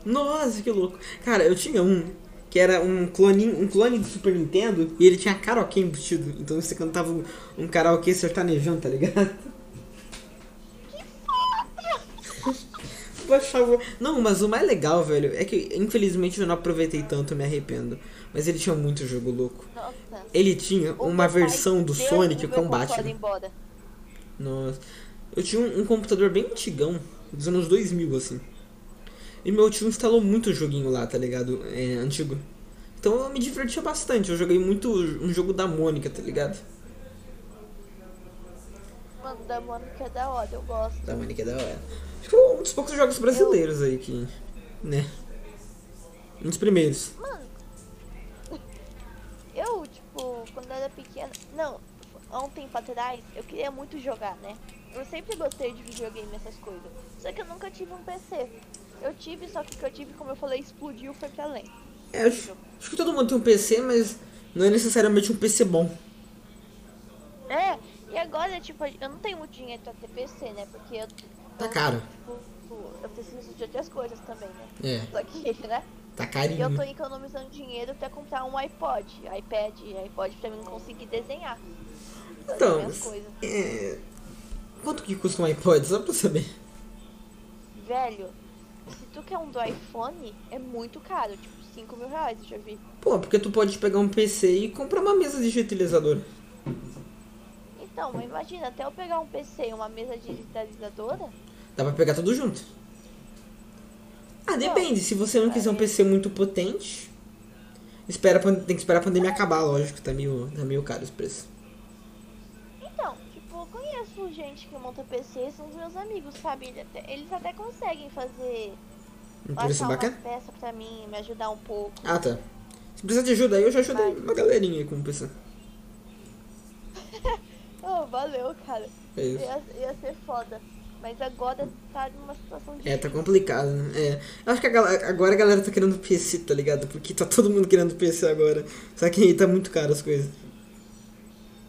Nossa, que louco. Cara, eu tinha um que era um clone, um clone do Super Nintendo e ele tinha karaokê embutido. Então você cantava um, um karaokê sertanejão, tá ligado? [LAUGHS] Tipo, Eu achava... Não, mas o mais legal, velho, é que infelizmente eu não aproveitei tanto, eu me arrependo. Mas ele tinha muito jogo louco. Nossa. Ele tinha O uma meu pai versão do deu Sonic o meu com né? console Batman. embora. Nossa. Eu tinha um, um computador bem antigão, dos anos 2000, assim. E meu tio instalou muito joguinho lá, tá ligado? É, antigo. Então eu me divertia bastante. Eu joguei muito um jogo da Mônica, tá ligado? Mano, da Mônica é da hora, eu gosto. Da Mônica é da hora. Acho que foi um dos poucos jogos brasileiros aí que. né? Um dos primeiros. Mano, eu, tipo, quando eu era pequena. Não, há um tempo atrás, eu queria muito jogar, né? Eu sempre gostei de videogame, essas coisas. Só que eu nunca tive um PC. Eu tive, só que o que eu tive, como eu falei, explodiu, foi pra além. É, acho, acho que todo mundo tem um PC, mas Não é necessariamente um PC bom. É, e agora, tipo, eu não tenho muito dinheiro pra ter PC, né? Porque eu. Tá eu- caro. tipo, Eu preciso de outras coisas também, né? É, Só que, [LAUGHS] né? tá E eu carinho. tô economizando dinheiro pra comprar um iPod, iPad, iPod pra mim conseguir desenhar. fazer Então, minhas coisas. é, Quanto que custa um iPod? Só pra eu saber. Velho, se tu quer um do iPhone, é muito caro, tipo 5 mil reais, eu já vi. Pô, porque tu pode pegar um PC e comprar uma mesa digitalizadora. Então, mas imagina, até eu pegar um PC e uma mesa digitalizadora, Dá pra pegar tudo junto. Ah, depende. Se você não quiser um PC muito potente, espera, a pan- tem que esperar a pandemia acabar, lógico. Tá meio, tá meio caro os preços. Então, tipo, eu conheço gente que monta PC, são dos meus amigos, sabe? Ele até- Eles até conseguem fazer Um preço baixar bacana? umas peças pra mim, me ajudar um pouco. Ah, tá. Se precisar de ajuda aí, eu já ajudei uma galerinha aí com o PC. Oh, valeu, cara. É isso. Ia, ia ser foda. Mas agora tá numa situação de. É, tá complicado, né? É. Eu acho que a gala- agora a galera tá querendo PC, tá ligado? Porque tá todo mundo querendo PC agora. Só que aí tá muito caro as coisas.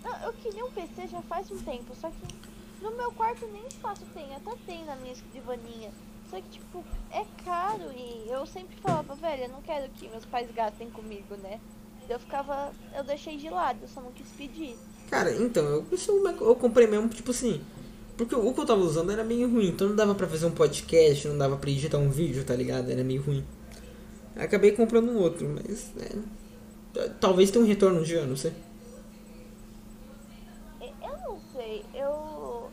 Não, eu queria um PC já faz um tempo, só que no meu quarto nem espaço tem, até tem na minha escrivaninha. Só que, tipo, é caro e eu sempre falava, velho, eu não quero que meus pais gastem comigo, né? Eu ficava. Eu deixei de lado, eu só não quis pedir. Cara, então, eu, isso eu, eu comprei mesmo, tipo assim. Porque o que eu tava usando era meio ruim, então não dava pra fazer um podcast, não dava pra editar um vídeo, tá ligado? Era meio ruim. Acabei comprando um outro, mas. né, t- talvez tenha um retorno um dia, não sei. E- Eu não sei, eu.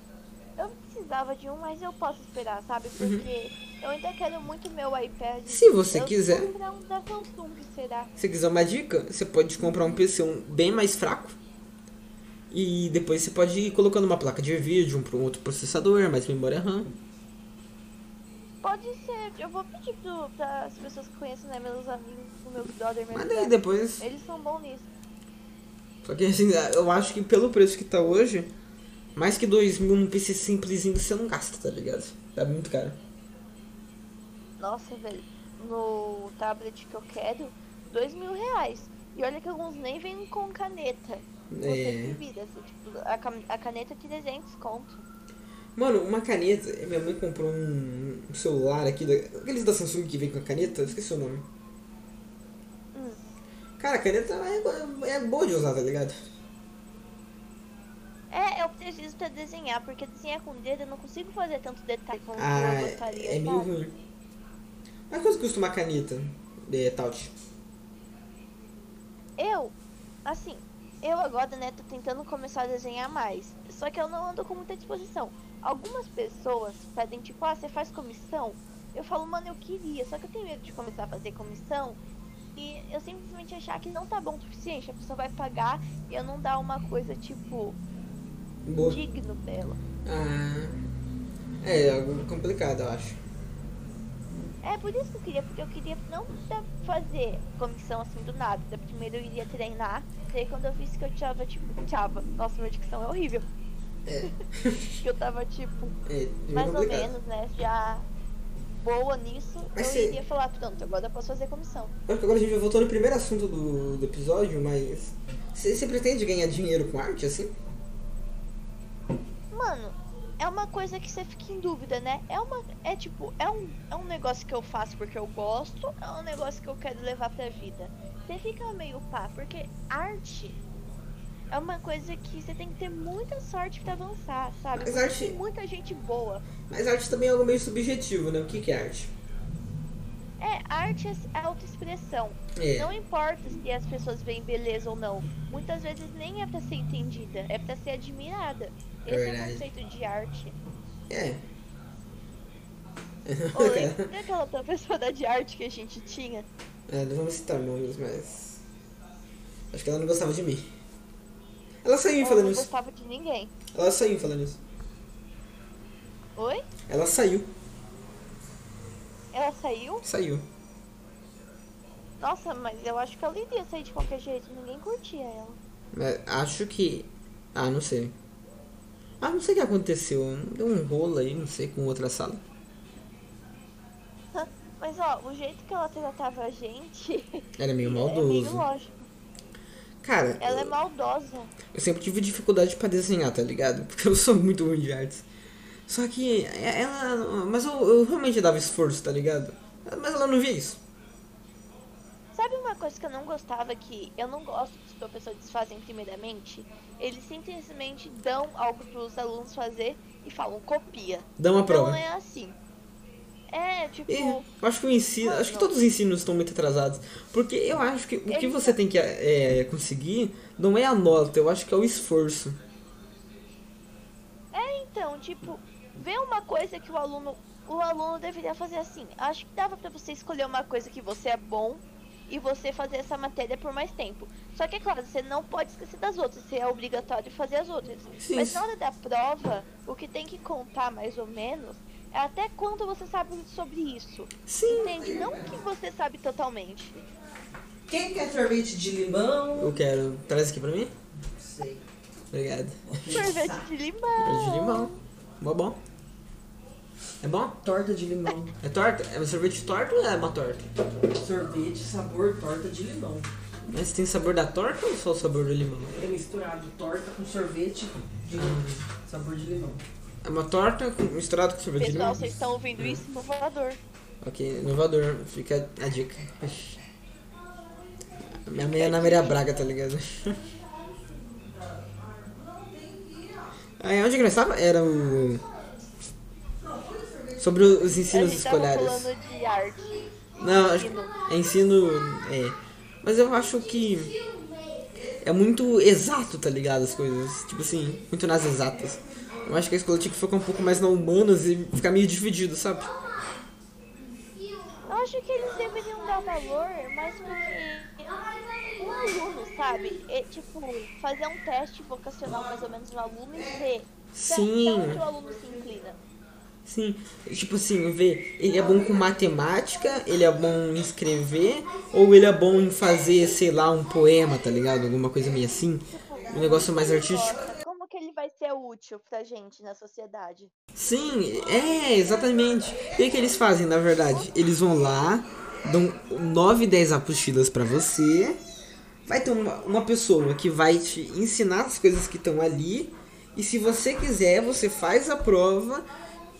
Eu precisava de um, mas eu posso esperar, sabe? Porque eu ainda quero muito meu iPad. Uhum. Se você eu quiser. vou comprar um da Samsung, será? Se você quiser uma dica, você pode comprar um PC um bem mais fraco. E depois você pode ir colocando uma placa de vídeo, um pro outro processador, mais memória RAM. Pode ser, eu vou pedir pro, pra as pessoas que conhecem, né? Meus amigos, meus brother, meus Mas daí depois. Eles são bons nisso. Só que assim, eu acho que pelo preço que tá hoje, mais que 2 mil num PC simplesinho você não gasta, tá ligado? Tá muito caro. Nossa, velho, no tablet que eu quero, dois mil reais. E olha que alguns nem vêm com caneta. Você É. se vira, assim, tipo, a, cam- a caneta é 300 conto. Mano, uma caneta. Minha mãe comprou um um celular aqui, da- aqueles da Samsung que vem com a caneta, eu esqueci o nome. Hum. Cara, a caneta é, é boa de usar, tá ligado? É, eu preciso pra desenhar, porque desenhar com o dedo eu não consigo fazer tanto detalhe como Ah, eu gostaria. é meio sabe? ruim. Mas quanto custa uma caneta de touch? Eu, assim, eu agora, né, tô tentando começar a desenhar mais. Só que eu não ando com muita disposição. Algumas pessoas pedem, tipo, ah, você faz comissão? Eu falo, mano, eu queria, só que eu tenho medo de começar a fazer comissão. E eu simplesmente achar que não tá bom o suficiente. A pessoa vai pagar e eu não dar uma coisa, tipo, Boa. digno pra ela. Ah, é, é algo complicado, eu acho. É por isso que eu queria, porque eu queria não pra fazer comissão assim do nada. Eu Primeiro eu iria treinar, daí quando eu fiz que eu tava, tipo, tava. Nossa, minha dicção é horrível. É. que [LAUGHS] eu tava, tipo, É, é meio mais ou complicado. menos, né? Já boa nisso, Mas eu se- iria falar, pronto, agora eu posso fazer comissão. Acho que É, agora a gente já voltou no primeiro assunto do, do episódio, mas. Você você pretende ganhar dinheiro com arte assim? Mano, é uma coisa que você fica em dúvida, né? É uma. É tipo, é um, é um negócio que eu faço porque eu gosto, é um negócio que eu quero levar pra vida. Você fica meio pá, porque arte é uma coisa que você tem que ter muita sorte pra avançar, sabe? Mas Porque arte- tem muita gente boa. Mas arte também é algo meio subjetivo, né? O que, que é arte? É, arte é autoexpressão. É. Não importa se as pessoas veem beleza ou não. Muitas vezes nem é pra ser entendida, é pra ser admirada. É Esse é o verdade. conceito de arte. É. [LAUGHS] Oi, não é aquela professora de arte que a gente tinha? É, não vamos citar nomes, mas. Acho que ela não gostava de mim. Ela saiu Ela falando não isso. gostava de ninguém. Ela saiu falando isso. Oi? Ela saiu. Ela saiu? Saiu. Nossa, mas eu acho que ela iria sair de qualquer jeito. Ninguém curtia ela. [LAUGHS] Mas acho que. Ah, não sei. Ah, não sei o que aconteceu. Deu um rolo aí, não sei, com outra sala. Mas ó, o jeito que ela tratava a gente [LAUGHS] Era meio é meio maldoso. lógico. Cara, Ela é maldosa. eu sempre tive dificuldade pra desenhar, tá ligado? [LAUGHS] Porque eu sou muito ruim de artes. Só que é- ela. Mas eu, eu realmente dava esforço, tá ligado? Mas ela não via isso. Sabe uma coisa que eu não gostava que eu não gosto que os professores fazem primeiramente? Eles simplesmente dão algo para os alunos fazer e falam copia. Dá uma Não prova. é assim. É, tipo, E eu acho que o ensino. Acho que todos os ensinos estão muito atrasados. Porque eu acho que o que você tem que é, conseguir não é a nota, eu acho que é o esforço. então, tipo, vê uma coisa que o aluno o aluno deveria fazer assim. Acho que dava para você escolher uma coisa que você é bom e você fazer essa matéria por mais tempo. Só que é claro, você não pode esquecer das outras, você é obrigatório fazer as outras. Sim, Mas sim. na hora da prova, o que tem que contar mais ou menos é até quanto você sabe sobre isso. Sim. Entende? Não que você sabe totalmente. Quem quer sorvete de limão? Eu quero. Traz aqui pra mim? Não sei. Obrigado. Sorvete de limão. Sorvete de limão. Bom, bom. É bom? Torta de limão. É torta? É sorvete torta ou é uma torta? Sorvete, sabor, torta de limão. Mas tem sabor da torta ou só o sabor do limão? É misturado torta com sorvete de sabor de limão. É uma torta com- misturado com sorvete de limão? Pessoal, vocês estão ouvindo isso? Inovador. Ok, inovador. Fica a dica. Minha mãe é na Maria Braga, tá ligado? [LAUGHS] Aí, onde que nós tava? Era o... Sobre os A ensinos gente tava escolares. falando de arte. Não, acho que é ensino. É. Mas eu acho que. É muito exato, tá ligado? As coisas. Tipo assim, muito nas exatas. Eu acho que a escola tinha que focar um pouco mais na humanas e ficar meio dividido, sabe? Eu acho que eles deveriam dar valor, mas porque um aluno, sabe? É tipo, fazer um teste vocacional mais ou menos no aluno e ver Sim. pra onde o aluno se inclina. Sim. Tipo assim, ver, ele é bom com matemática, ele é bom em escrever, ou ele é bom em fazer, sei lá, um poema, tá ligado? Alguma coisa meio assim. Um negócio mais artístico. Como que ele vai ser útil pra gente na sociedade? Sim, é, exatamente. E o que eles fazem, na verdade? Eles vão lá, dão 9, 10 apostilas pra você. Vai ter uma, uma pessoa que vai te ensinar as coisas que estão ali. E se você quiser, você faz a prova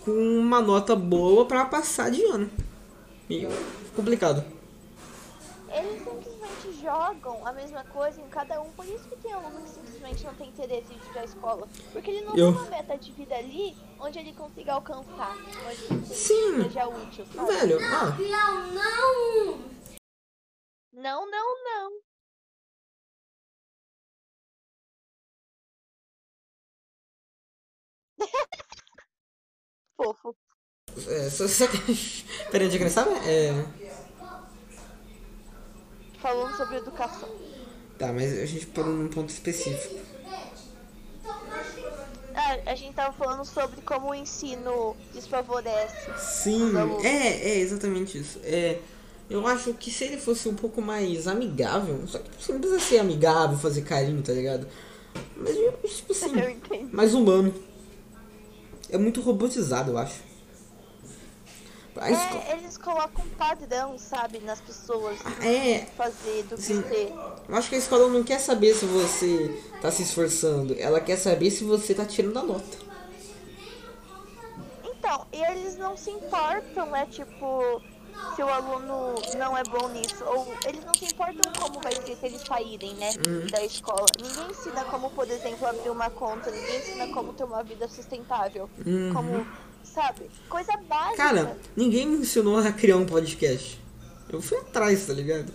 com uma nota boa pra passar de ano. Meio complicado. Eles simplesmente jogam a mesma coisa em cada um, por isso que tem aluno que simplesmente não tem interesse em estudar a escola. Porque ele não Eu- tem uma meta de vida ali onde ele consiga alcançar, onde ele Sim. seja útil, sabe? Velho, ah, Não, não! Não, não, não. Fofo. é, só, só que... [LAUGHS] Pera aí, onde é que nós tava? É... Falando sobre educação. Tá, mas a gente parou num ponto específico. Ah, a gente tava falando sobre como o ensino desfavorece. [LAUGHS] Sim, Os alunos. é, é exatamente isso. É, eu acho que se ele fosse um pouco mais amigável, só que você não precisa ser amigável, fazer carinho, tá ligado? Mas tipo assim, Eu [LAUGHS] entendo. mais humano. É muito robotizado, eu acho. A escola. É, eles colocam um padrão, sabe, nas pessoas. do que É, Fazer do que Sim. ser. eu acho que a escola não quer saber se você tá se esforçando, ela quer saber se você tá tirando a nota. Então, e eles não se importam, né? Tipo, se o aluno não é bom nisso. Ou eles não se importam como vai ser se eles saírem, né? Da escola. Ninguém ensina como, por exemplo, abrir uma conta. Ninguém ensina como ter uma vida sustentável. Como, sabe? Coisa básica. Cara, ninguém me ensinou a criar um podcast. Eu fui atrás, tá ligado?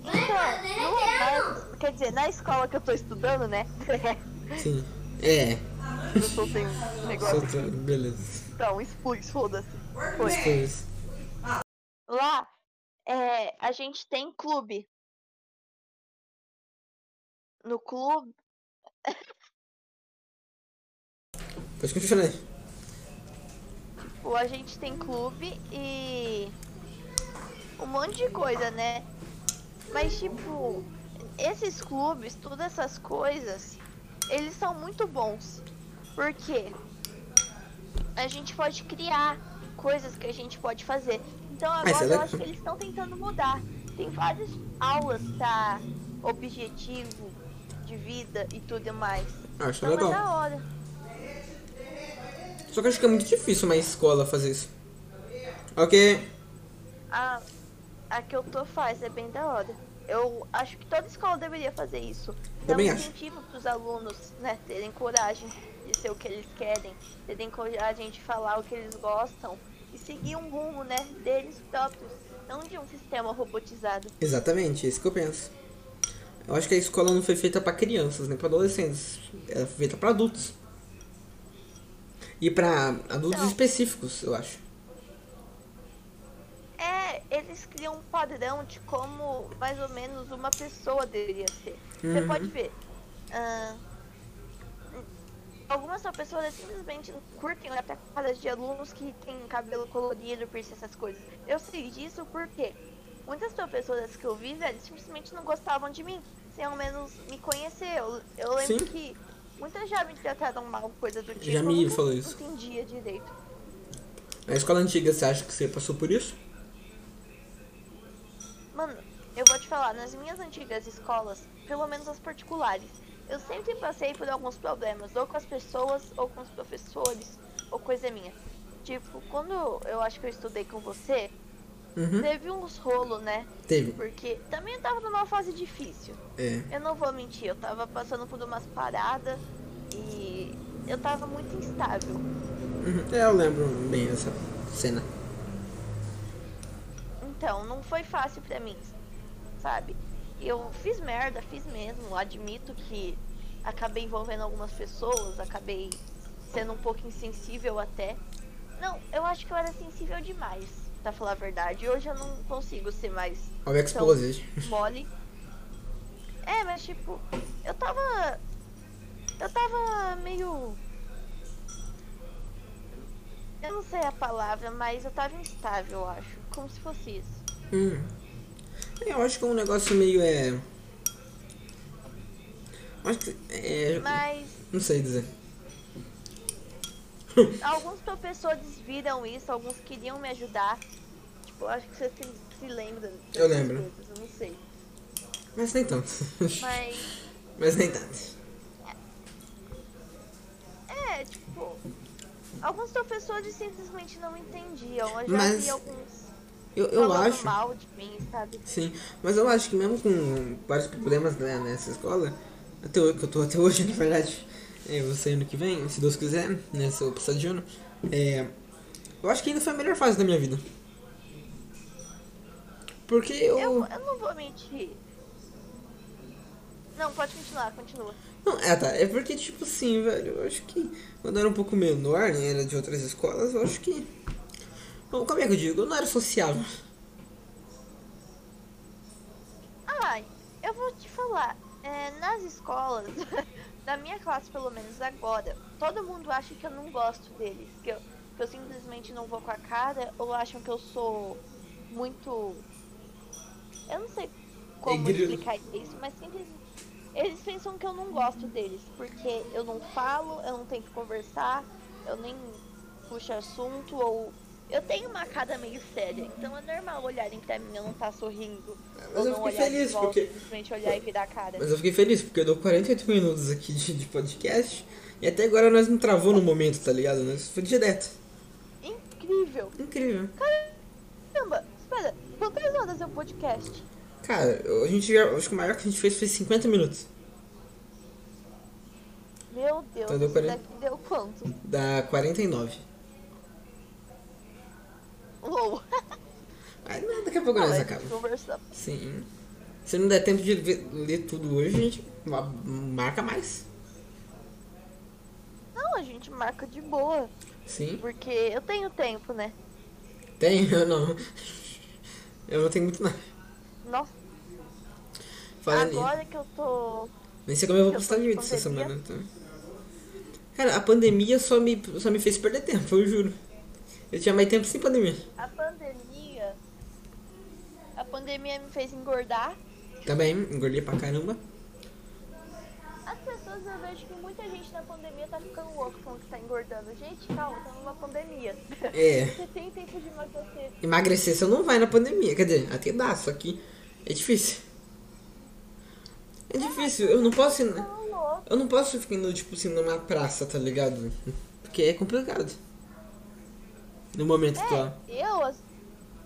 então, não é básico. Quer dizer, na escola que eu tô estudando, né? [LAUGHS] Sim. É, eu soltei um negócio aqui, soltando, beleza. então, expus, foda-se. Foi. coisas. Lá, é, a gente tem clube. No clube. Pode continuar aí. Ou Tipo, a gente tem clube e um monte de coisa, né? Mas tipo, esses clubes, todas essas coisas, eles são muito bons. Porque a gente pode criar coisas que a gente pode fazer. Então isso agora é eu legal. acho que eles estão tentando mudar. Tem várias aulas pra objetivo de vida e tudo mais. Ah, acho Então é legal. da hora. Só que eu acho que é muito difícil uma escola fazer isso. Ok. A, a que eu tô faz, é bem da hora. Eu acho que toda escola deveria fazer isso. Dar um Também acho. incentivo pros alunos, né? Terem coragem de ser o que eles querem, terem coragem de falar o que eles gostam e seguir um rumo, né? Deles próprios, não de um sistema robotizado. Exatamente, é isso que eu penso. Eu acho que a escola não foi feita pra crianças, nem pra adolescentes. Ela foi feita pra adultos. E pra adultos Então. específicos, eu acho. É, eles criam um padrão de como mais ou menos uma pessoa deveria ser. Você Uhum. pode ver. ah, algumas pessoas simplesmente não curtem olhar pra caras de alunos que têm cabelo colorido, piercing, essas coisas. Eu sei disso porque muitas pessoas que eu vi, velho, simplesmente não gostavam de mim, sem ao menos me conhecer. Eu, eu lembro Sim. que muitas já me trataram mal, coisa do tipo. Já me eu não falou isso. entendia direito. Na escola antiga, você acha que você passou por isso? Mano, eu vou te falar, nas minhas antigas escolas, pelo menos as particulares, eu sempre passei por alguns problemas, ou com as pessoas, ou com os professores, ou coisa minha. Tipo, quando eu acho que eu estudei com você, Uhum. teve uns rolos, né? Teve. Porque também eu tava numa fase difícil. É. Eu não vou mentir, eu tava passando por umas paradas e eu tava muito instável. Uhum. É, Eu lembro bem dessa cena. Então, não foi fácil pra mim, sabe? Eu fiz merda, fiz mesmo, admito que acabei envolvendo algumas pessoas, acabei sendo um pouco insensível até. Não, eu acho que eu era sensível demais, pra falar a verdade. Hoje eu não consigo ser mais Olha o Então. Exposed. mole. É, mas tipo, eu tava. Eu tava meio. Eu não sei a palavra, mas eu tava instável, eu acho. Como se fosse isso. Hum. É, Eu acho que é um negócio meio é. Acho que. É. Mas Não sei dizer. alguns professores viram isso, alguns queriam me ajudar. Tipo, eu acho que você se, se lembra. dessas Eu lembro. coisas, eu não sei. Mas nem tanto. Mas, [LAUGHS] Mas nem tanto. é, tipo. Alguns professores simplesmente não entendiam. Eu já Mas vi alguns Eu, eu falando acho. mal de mim, sabe? Sim, mas eu acho que mesmo com vários problemas né, nessa escola, até hoje, que eu tô até hoje, [LAUGHS] na verdade, é, eu vou sair ano que vem, se Deus quiser, né, se eu passar de ano, é, eu acho que ainda foi a melhor fase da minha vida. Porque eu... Eu, eu não vou mentir. Não, pode continuar, continua. Não, é, tá, é porque, tipo assim, velho, eu acho que quando eu era um pouco menor, né, era de outras escolas, eu acho que... Bom, como é que eu digo? Eu não era sociável. Ai, eu vou te falar. é, nas escolas, [LAUGHS] na minha classe pelo menos agora, todo mundo acha que eu não gosto deles. Que eu, que eu simplesmente não vou com a cara ou acham que eu sou muito. Eu não sei como Negrilo. explicar isso, mas simplesmente. Eles pensam que eu não gosto deles, porque eu não falo, eu não tenho que conversar, eu nem puxo assunto ou. Eu tenho uma cara meio séria, então é normal olharem pra mim e eu não tá sorrindo. mas ou eu não fiquei olhar feliz, de volta, porque- simplesmente olhar e virar a cara. Mas eu fiquei feliz, porque eu dou 48 minutos aqui de, de podcast, e até agora nós não travou no momento, tá ligado? Nós foi direto. Incrível! Incrível. Caramba, espera, quantas horas é o podcast? Cara, eu- a gente, eu acho que o maior que a gente fez foi 50 minutos. Meu Deus, Então deu isso 40. daqui deu quanto? Dá 49. [LAUGHS] Uou! Aí não, é daqui a pouco nós Vai, acaba. conversa- Sim. Se não der tempo de ver- ler tudo hoje, a gente ma- marca mais. Não, a gente marca de boa, Sim. porque eu tenho tempo, né? Tem? [LAUGHS] Eu não. Eu não tenho muito nada. Nossa, Falando nisso. agora que eu tô. Nem sei como eu vou Eu postar tô de vídeo essa pandemia. semana. Então. Cara, a pandemia só me, só me fez perder tempo, eu juro. Eu tinha mais tempo sem pandemia. A pandemia. A pandemia me fez engordar. Também, engordei pra caramba. As pessoas, eu vejo que muita gente na pandemia tá ficando louco falando que tá engordando. Gente, calma, tá numa pandemia. É. Você tem tempo de emagrecer. Emagrecer você não vai na pandemia. Quer dizer, até dá, só que é difícil. É difícil, eu não posso. ir na- Tá louco. Eu não posso ficar indo, tipo assim, numa praça, tá ligado? Porque é complicado. No É. momento atual. Eu, as-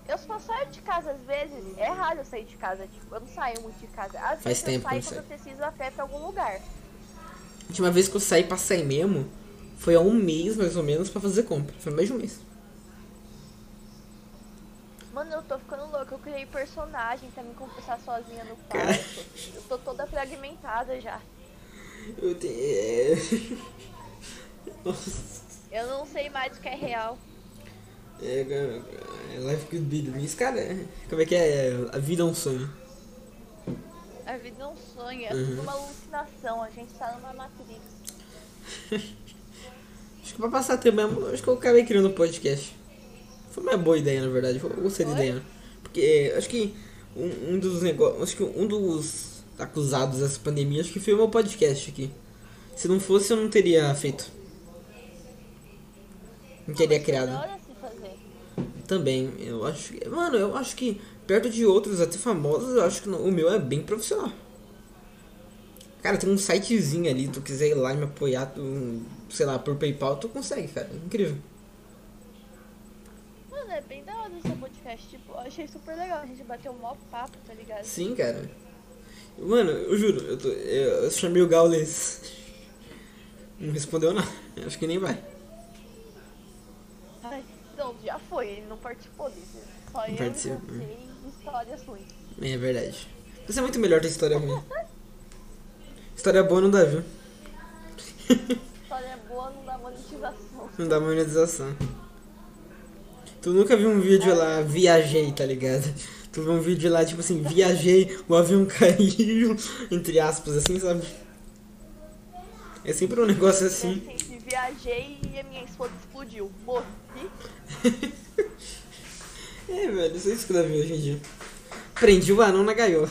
eu só saio de casa às vezes. É raro eu sair de casa, tipo, eu não saio muito de casa. Às Faz vezes tempo né, eu saio que quando não eu preciso a pé pra algum lugar. A última vez que eu saí pra sair mesmo foi há um mês, mais ou menos, pra fazer compra. Foi mais de um mês. Mano, eu tô ficando louca. Eu criei personagem pra me conversar sozinha no Cara. quarto. Eu tô toda fragmentada já. Eu te... é. [LAUGHS] Nossa. Eu não sei mais o que é real. É, é, life could be the best. Cara, é- como é que é? A vida é um sonho. A vida é um sonho, Uhum. é tudo uma alucinação. A gente tá numa matrix. Acho que pra passar tempo mesmo, acho que eu acabei criando um podcast. Foi uma boa ideia, na verdade. Eu gostei da Foi? ideia. Porque é, acho que um, um dos negócios. Acho que um dos acusados dessa pandemia, acho que foi o meu podcast aqui. Se não fosse, eu não teria feito. Não teria Mas criado. toda hora se fazer. Também, eu acho que. Mano, eu acho que perto de outros até famosos, eu acho que no- o meu é bem profissional. Cara, tem um sitezinho ali, tu quiser ir lá e me apoiar, tu, sei lá, por PayPal, tu consegue, cara. é Incrível. Mano, é bem da hora esse podcast. Tipo, eu achei super legal. A gente bateu um maior papo, tá ligado? Sim, cara. Mano, eu juro, eu, tô- eu- eu chamei o Gaules. Não respondeu não. [LAUGHS] Acho que nem vai. Ai, não, já foi, ele não participou disso. Só eu participa. e você e histórias ruins. É verdade. Você é muito melhor ter história ruim. História boa não dá, viu? História boa não dá monetização. Não dá monetização. Tu nunca viu um vídeo lá, viajei, tá ligado? Tu viu um vídeo lá, tipo assim, viajei, o avião [LAUGHS] caiu, entre aspas, assim, sabe? É sempre um negócio assim. Eu sempre viajei e a minha esposa explodiu. Morri. É, velho, isso é isso que dá hoje em dia. Prendi o anão na gaiola.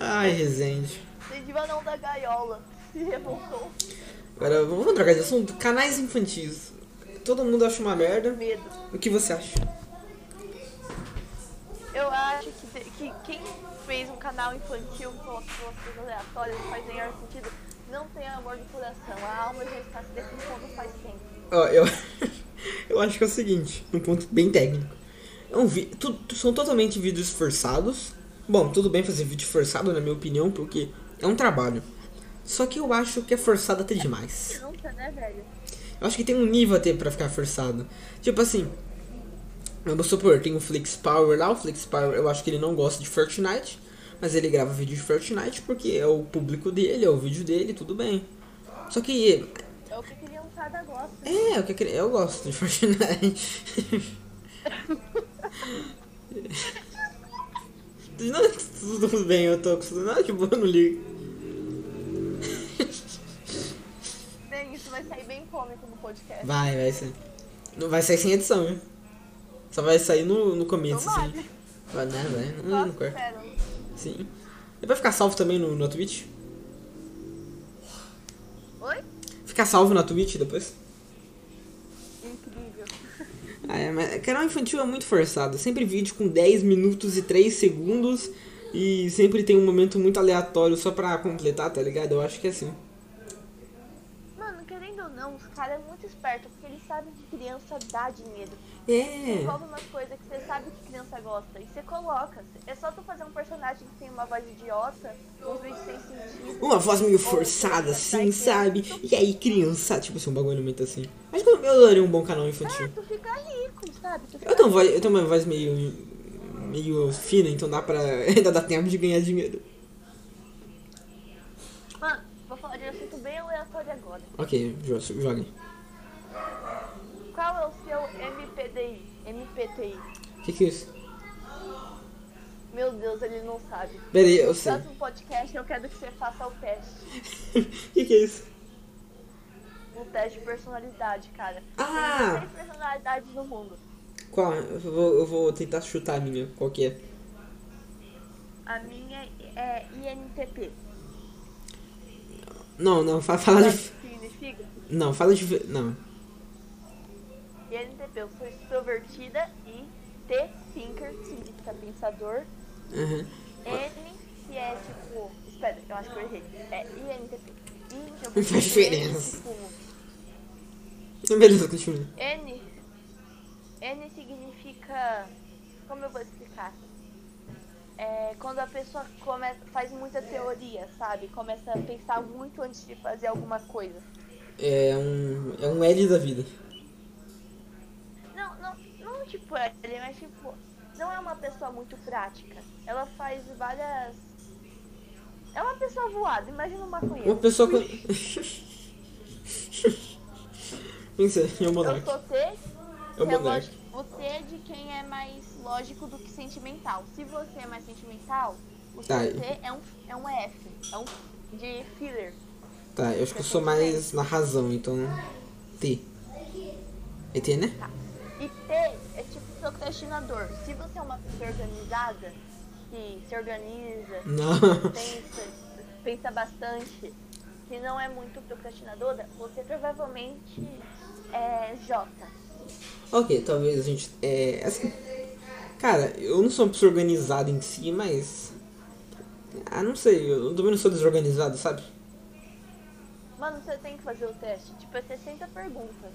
Ai, Resende. Entendi o anão da gaiola. Se revoltou. Agora, vamos trocar de assunto? Canais infantis. Todo mundo acha uma merda. Medo. O que você acha? Eu acho que, te- que quem fez um canal infantil com umas coisas aleatórias não é faz nenhum sentido. Não tem amor de coração. A alma já está se decompondo faz tempo. Ó, eu, [LAUGHS] eu acho que é o seguinte, um ponto bem técnico. É um vi- tu- tu- são totalmente vídeos forçados. Bom, tudo bem fazer vídeo forçado, na minha opinião, porque é um trabalho. Só que eu acho que é forçado até demais. Nunca, né, velho? Eu acho que tem um nível até pra ficar forçado. Tipo assim, vamos supor, tem o Flix Power lá, o Flix Power eu acho que ele não gosta de Fortnite, mas ele grava vídeo de Fortnite porque é o público dele, é o vídeo dele, tudo bem. Só que É o que criançada gosta. é, eu, que, queria- eu gosto de Fortnite. Não, tudo bem, eu tô acostumado. Não, de boa, eu não ligo. Bem, isso vai sair bem cômico no podcast. Vai, vai sair. Não vai sair sem edição, viu? Só vai sair no, no começo, assim. Tomara. Vai, né, vai. Hum, Nossa, é. não corta. espera. Sim. E vai ficar salvo também no, na Twitch? Oi? Ficar salvo na Twitch depois? Incrível. Ah, é, mas canal infantil é muito forçado. Sempre vídeo com 10 minutos e 3 segundos. E sempre tem um momento muito aleatório só pra completar, tá ligado? Eu acho que é assim. Mano, querendo ou não, os caras é muito esperto, porque eles sabem que criança dá [LAUGHS] dinheiro. É. Rouba umas coisas que você sabe que criança gosta e você coloca. É só tu fazer um personagem que tem uma voz idiota, uns vídeos sem sentido. Uma voz meio forçada, assim, sabe? E aí, criança, tipo assim, um bagulho muito assim. Acho que eu eu daria um bom canal É, infantil. tu fica rico, sabe? Tu fica Eu tenho, voz, eu tenho uma voz meio. meio fina, então dá pra. [LAUGHS] ainda dá tempo de ganhar dinheiro. Mano, vou falar de um assunto bem aleatório agora. Ok, jo- joga. Qual é o seu MPDI? MPTI? O que, que é isso? Meu Deus, ele não sabe. Pera aí, eu sei. [LAUGHS] Próximo podcast eu quero que você faça o teste. O que, que é isso? O um teste de personalidade, cara. Ah! Tem três personalidades no mundo. Qual? Eu vou, eu vou tentar chutar a minha, qual que é? A minha é INTP. Não, não, fa- fala, Sabe o que de. significa? Não, fala de. Não. INTP, eu sou extrovertida e T, thinker, significa pensador. Aham. N, que é tipo Pera, eu acho que eu errei. É INTP. Ih, eu Não faz confundi diferença. N com- Então, Beleza, continua. N. N significa. Como eu vou explicar? É quando a pessoa come, faz muita teoria, sabe? Começa a pensar muito antes de fazer alguma coisa. É um, é um L da vida. Não, não, não tipo ele, mas tipo, não é uma pessoa muito prática. Ela faz várias. É uma pessoa voada, imagina uma Uma maconheiro. pessoa [LAUGHS] com. Pensa, é o Eu Monark. sou T, É o você é Monark. lógico- o T é de quem é mais lógico do que sentimental. Se você é mais sentimental, o seu Tá, e- T é um, é um F, é um de filler. Tá, eu acho que eu sou mais na razão, então. T. É T, né? E T é tipo procrastinador. Se você é uma pessoa organizada, que se organiza, Não. [LAUGHS] pensa, pensa bastante, que não é muito procrastinadora, você provavelmente é J. Ok, talvez a gente. É. Assim. Cara, eu não sou uma pessoa organizada em si, mas. Ah, não sei, eu também não sou desorganizado, sabe? Mano, você tem que fazer o teste. Tipo, é 60 perguntas.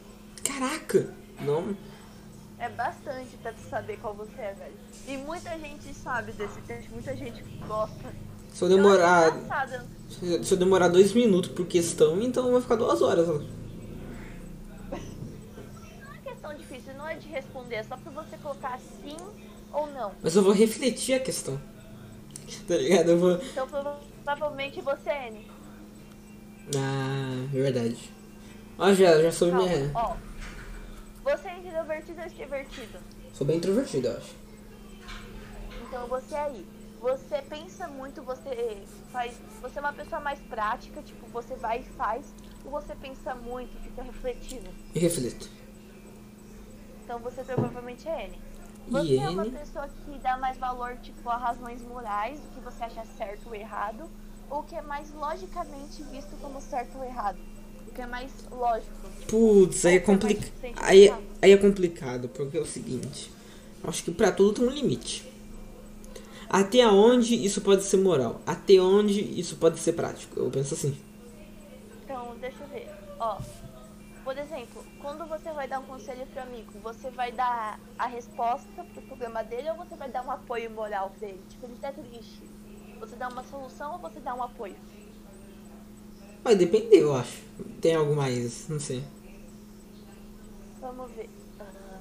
Caraca! Não. É bastante pra tu saber qual você é, velho. E muita gente sabe desse teste, muita gente gosta. Se eu Eu demorar. acho engraçado. Se eu demorar dois minutos por questão, então vai ficar duas horas. ó. Não é questão difícil, não é de responder, é só pra você colocar sim ou não. Mas eu vou refletir a questão. [LAUGHS] Tá ligado? Eu vou. Então provavelmente você é N. Ah, é verdade. Ó, já, já sou Calma, minha. ó. Você é introvertido ou extrovertido? Sou bem introvertido, eu acho. Então você aí, você pensa muito, você faz, você é uma pessoa mais prática, tipo, você vai e faz, ou você pensa muito, fica refletindo. E reflito. Então você provavelmente é N. E Você é uma N? pessoa que dá mais valor, tipo, a razões morais, o que você acha certo ou errado, ou o que é mais logicamente visto como certo ou errado. O que é mais lógico. Putz, aí é complicado. Aí, aí é complicado, porque é o seguinte. Acho que pra tudo tem um limite. Até onde isso pode ser moral? Até onde isso pode ser prático? Eu penso assim. Então, deixa eu ver. Ó, por exemplo, quando você vai dar um conselho pro amigo, você vai dar a resposta pro problema dele ou você vai dar um apoio moral pra ele? Tipo, ele tá triste. Você dá uma solução ou você dá um apoio? Vai depender, eu acho. Tem algo mais, não sei. Vamos ver. Ah,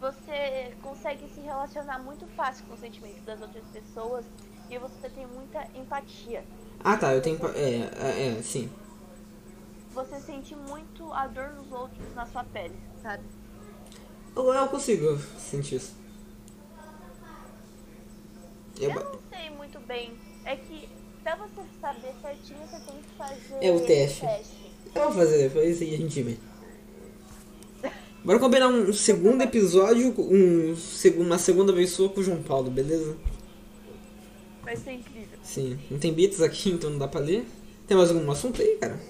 Você consegue se relacionar muito fácil com os sentimentos das outras pessoas e você tem muita empatia. Ah tá, eu tenho. pa- É, é, é, sim. Você sente muito a dor nos outros na sua pele, sabe? Eu, eu consigo sentir isso. Eu Eu ba- não sei muito bem. É que pra você saber certinho, você tem que fazer É o teste. teste. Eu vou fazer depois e a gente vê. Bora combinar um segundo episódio, um, seg- uma segunda vez sua com o João Paulo, beleza? Vai ser incrível. Sim. Não tem bits aqui, [LAUGHS] então não dá pra ler. Tem mais algum assunto aí, cara?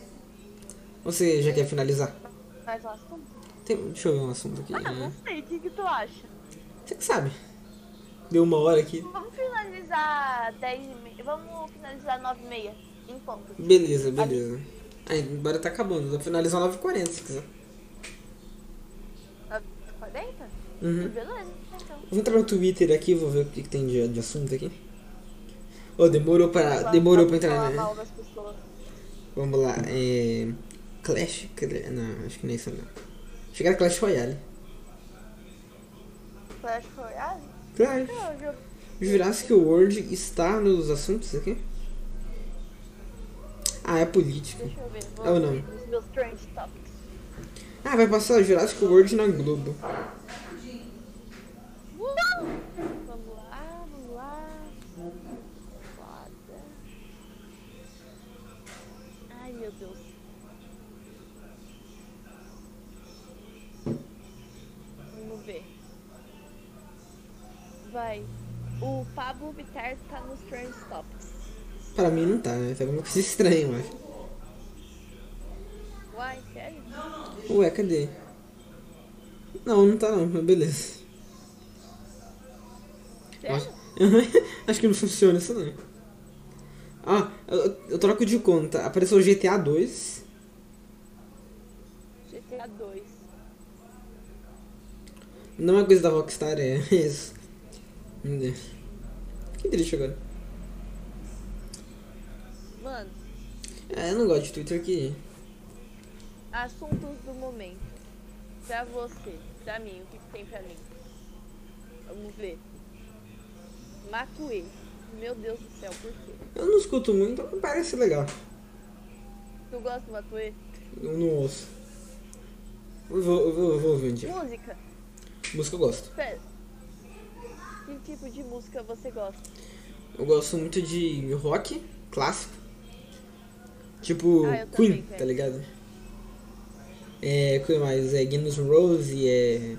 Ou Você já quer finalizar? Mas o assunto. Tem- deixa eu ver um assunto aqui. Ah, não sei. O que, que tu acha? Você que sabe. Deu uma hora aqui. Vamos finalizar 10 e meia. Vamos finalizar 9 e meia. Em ponto. Beleza, beleza. Aí, bora tá acabando. Dá pra finalizar 9h40 se quiser. 40? Uhum. Beleza, então. Vou entrar no Twitter aqui, vou ver o que, que tem de, de assunto aqui. Ô, demorou pra. Vamos Demorou pra falar entrar, né? mal das pessoas. Vamos lá, é. Clash. cadê? Não, acho que não é isso não. Chegar Clash Royale. Clash Royale? Clash. É o jogo. Jurassic World está nos assuntos aqui? Ah, é política. Deixa eu ver. Vou É o nome. ver Os meus trend topics. Ah, vai passar Jurassic World na Globo. Uh! Vamos lá, vamos lá. Foda. Ai, meu Deus. Vamos ver. Vai. O Pablo Vittar tá nos Trend Topics. Pra mim não tá, né? Tá alguma coisa estranha, eu acho. Uai, sério? Ué, cadê? Não, não tá não, mas beleza. Sério? [LAUGHS] Acho que não funciona isso não. Ah, eu, eu troco de conta. Apareceu GTA 2. GTA 2. Não é coisa da Rockstar, é [LAUGHS] isso. Meu Deus. Que triste agora. Mano, É, eu não gosto de Twitter que. assuntos do momento. Pra você, pra mim, o que que tem pra mim? Vamos ver. Macuê. Meu Deus do céu, por quê? Eu não escuto muito, mas parece legal. Tu gosta do Macuê? Eu não ouço. Eu vou, eu vou, eu vou ouvir um dia. Música? Música eu gosto. Pera. Que tipo de música você gosta? Eu gosto muito de rock clássico. Tipo Ah, eu também Queen, quero. tá ligado? É, que mais? É Guns N' Roses, é...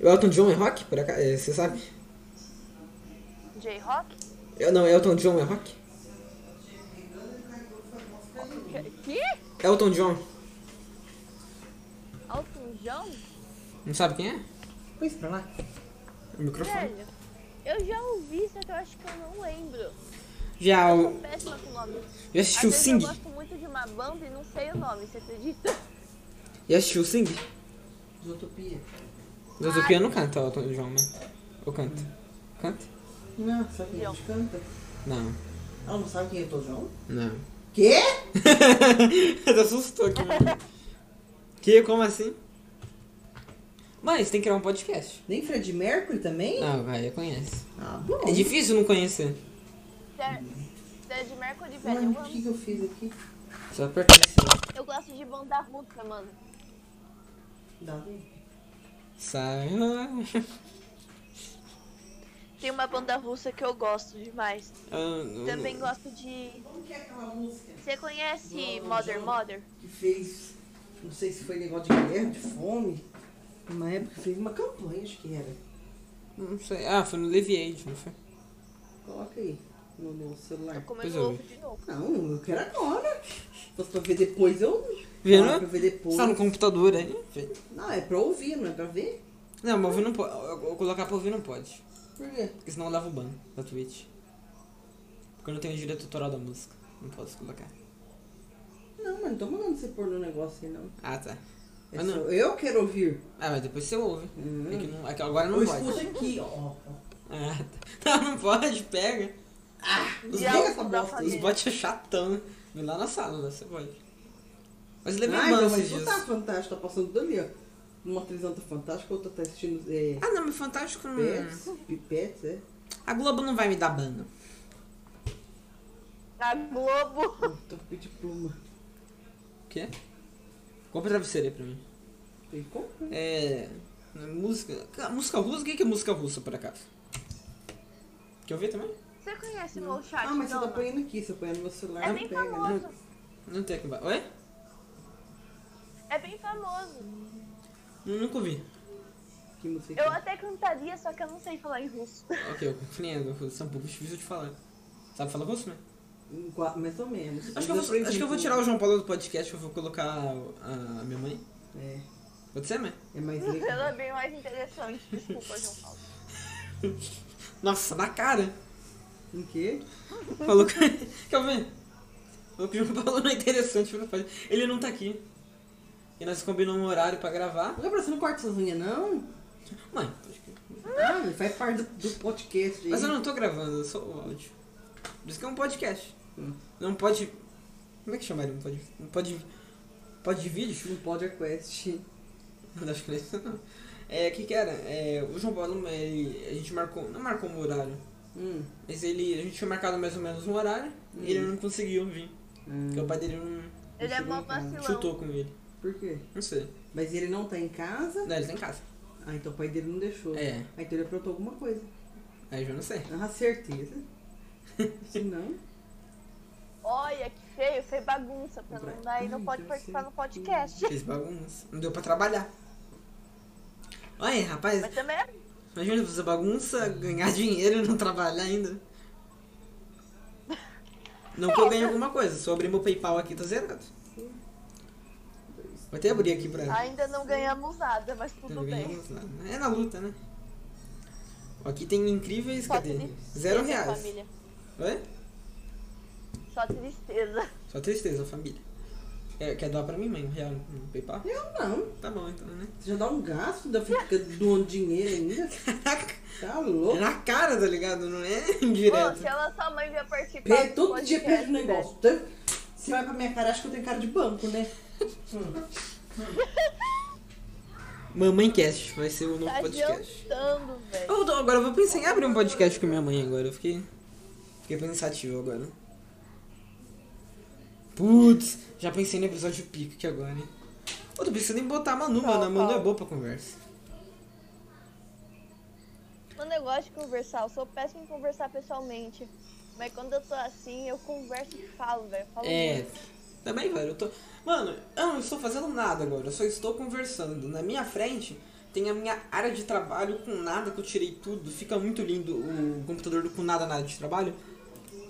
O Elton John é rock, por acaso? É, Você sabe? J-Rock? Eu, não, Elton John é rock? Que? Elton John. Elton John? Não sabe quem é? Pois pra lá. O microfone. Velho, eu já ouvi, só que eu acho que eu não lembro. Já, Eu sou o- péssima com nome. já Às assistiu o vezes Sing? eu gosto muito de uma banda e não sei o nome, você acredita? Já assistiu o Sing? Zootopia. Ah, Zootopia não canta o Elton John, né? Ou canta? Canta? Não, sabe quem a Não. gente canta? Não. Ela não sabe quem é Tom João? Não. Quê? [LAUGHS] Você assustou aqui, mano. Que? Como assim? Mas tem que criar um podcast. Nem Fred Mercury também? Não, vai, eu conheço. Ah, bom. É difícil não conhecer. Fred- Fred é Mercury, velho, Mano, eu o que, amo. que eu fiz aqui? Só apertar assim. Eu gosto de banda russa, mano. Dá. Sai. Tem uma banda russa que eu gosto demais. [LAUGHS] Ah, não- Também gosto de. Como que é aquela música Você conhece Mother Mother? que fez, não sei se foi negócio de guerra, de fome? Uma época fez uma campanha, acho que era. Não sei. Ah, foi no Leviate, não foi? Coloca aí no meu celular. Pois Comendo é. ovo de novo. Não, eu quero agora. Se fosse pra ver depois, eu... Viu? Ah, pra ver depois. Você tá no computador aí? Não, é pra ouvir, não é pra ver. Não, mas ouvir não pode. eu- eu Colocar pra ouvir não pode. Por quê? Porque senão eu levo o ban da Twitch. Porque eu não tenho direito autoral da música. Não posso colocar. Não, mas não tô mandando você pôr no negócio aí, não. Ah, tá. É Ah, não. só- Eu quero ouvir. Ah, mas depois você ouve. Hum. É que não- é que agora Eu não pode. escuto aqui, ó. Ah, [LAUGHS] tá. Não, não pode, pega. Os Já pega o essa dá bosta pra aí. Os ver. bots é chatão, né? Vem lá na sala, né? você pode. Mas eu levei Ah, ah, então, mano mas esses tu dias. tá fantástico, tá passando tudo ali, ó. Uma televisão tá fantástica, outra tá assistindo é, Ah, hum. não, mas Fantástico não. Pets, Pipetes, é. A Globo não vai me dar banda. A Globo. Eu Tô com diploma. O quê? Compra travesseiro aí pra mim. Tem como? né? É. Música. Ca- Música russa? O que que é música russa por acaso? Quer ouvir também? Você conhece o chat? Ah, mas você não, tá né? apanhando aqui, você apanha no meu celular, É não bem pega, né? famoso. Não tem aqui embaixo. Oi? É bem famoso. Não, nunca ouvi. Que música Eu eu... até cantaria, só que eu não sei falar em russo. [LAUGHS] Ok, eu compreendo. Russo é um pouco difícil de falar. Sabe falar russo, né? Um Mais ou menos. Acho que, eu Mas vou, aprendi acho que eu vou um tirar o João Paulo do podcast, eu vou colocar a, a minha mãe. pouco. É, Pode ser, mãe? [LAUGHS] é mais Ela é legal. bem mais interessante. Desculpa, João Paulo. Nossa, na cara! Em quê? Falou que. [LAUGHS] Quer ver? Falou que o João Paulo não é interessante pra fazer. Ele não tá aqui. E nós combinamos um horário pra gravar. Lembra, você não corta suas unhas, não? Hum? Mãe, acho que- Ah, faz parte do, do podcast aí. mas eu não tô gravando, é só o áudio. Por isso que é um podcast. Hum. Não pode. Como é que chamaria? Não pode. Não pode. Pode de vídeo? Um pod request. Não, acho que não é isso [LAUGHS] não. É, o que que era? É, o João Paulo, ele, a gente marcou. Não marcou um horário. Hum. Mas ele. A gente tinha marcado mais ou menos um horário. Hum. E ele não conseguiu vir. Ah, Porque o pai dele não. Ele é mó Não, cara. vacilão. Chutou com ele. Por quê? Não sei. Mas ele não tá em casa? Não, ele tá em casa. Ah, então o pai dele não deixou. É. Ah, então ele aprontou alguma coisa. Aí eu já não sei. [LAUGHS] Ah, certeza. Se não, Olha que feio, foi bagunça pra não dar e não pode participar no podcast. Fez bagunça. Não deu pra trabalhar. Olha, rapaz, Mas também é imagina fazer bagunça, ganhar dinheiro e não trabalhar ainda. Não que eu ganhe alguma coisa, se eu abrir meu PayPal aqui tá zerado. Vou até abrir aqui pra. Tá Ainda não ganhamos nada, mas tudo Não bem. ganhamos nada. É na luta, né? Ó, Aqui tem incríveis, Pode cadê? ir. Zero Essa é a reais. família. Oi? Só tristeza. Só tristeza, família. É, quer doar pra mim, mãe? Um real no PayPal? Eu não. Tá bom, então, né? [LAUGHS] Você já dá um gasto, ainda fica doando dinheiro ainda. Caraca, Tá é louco. na cara, tá ligado? Não é [LAUGHS] Pô, indireto. se ela sua mãe vier participar. Pe- do todo dia podcast, perde um negócio. Tanto- Você olha pra minha cara, acha que eu tenho cara de banco, né? Hum. Mamãe Cast vai ser o novo Tá um podcast. adiantando, velho. Eu tô- agora eu vou pensar em abrir um podcast com minha mãe agora. Eu fiquei. Fiquei pensativo agora. Putz, já pensei no episódio pico aqui agora, hein? Ô, tô pensando em botar a Manu, mano. A Manu é boa pra conversa. Eu não gosto de conversar, eu sou péssimo em conversar pessoalmente. Mas quando eu tô assim, eu converso e falo, velho. Falo É. muito. Também, velho, eu tô. Mano, eu não estou fazendo nada agora, eu só estou conversando. Na minha frente tem a minha área de trabalho com nada que eu tirei tudo. Fica muito lindo o computador do com nada nada de trabalho.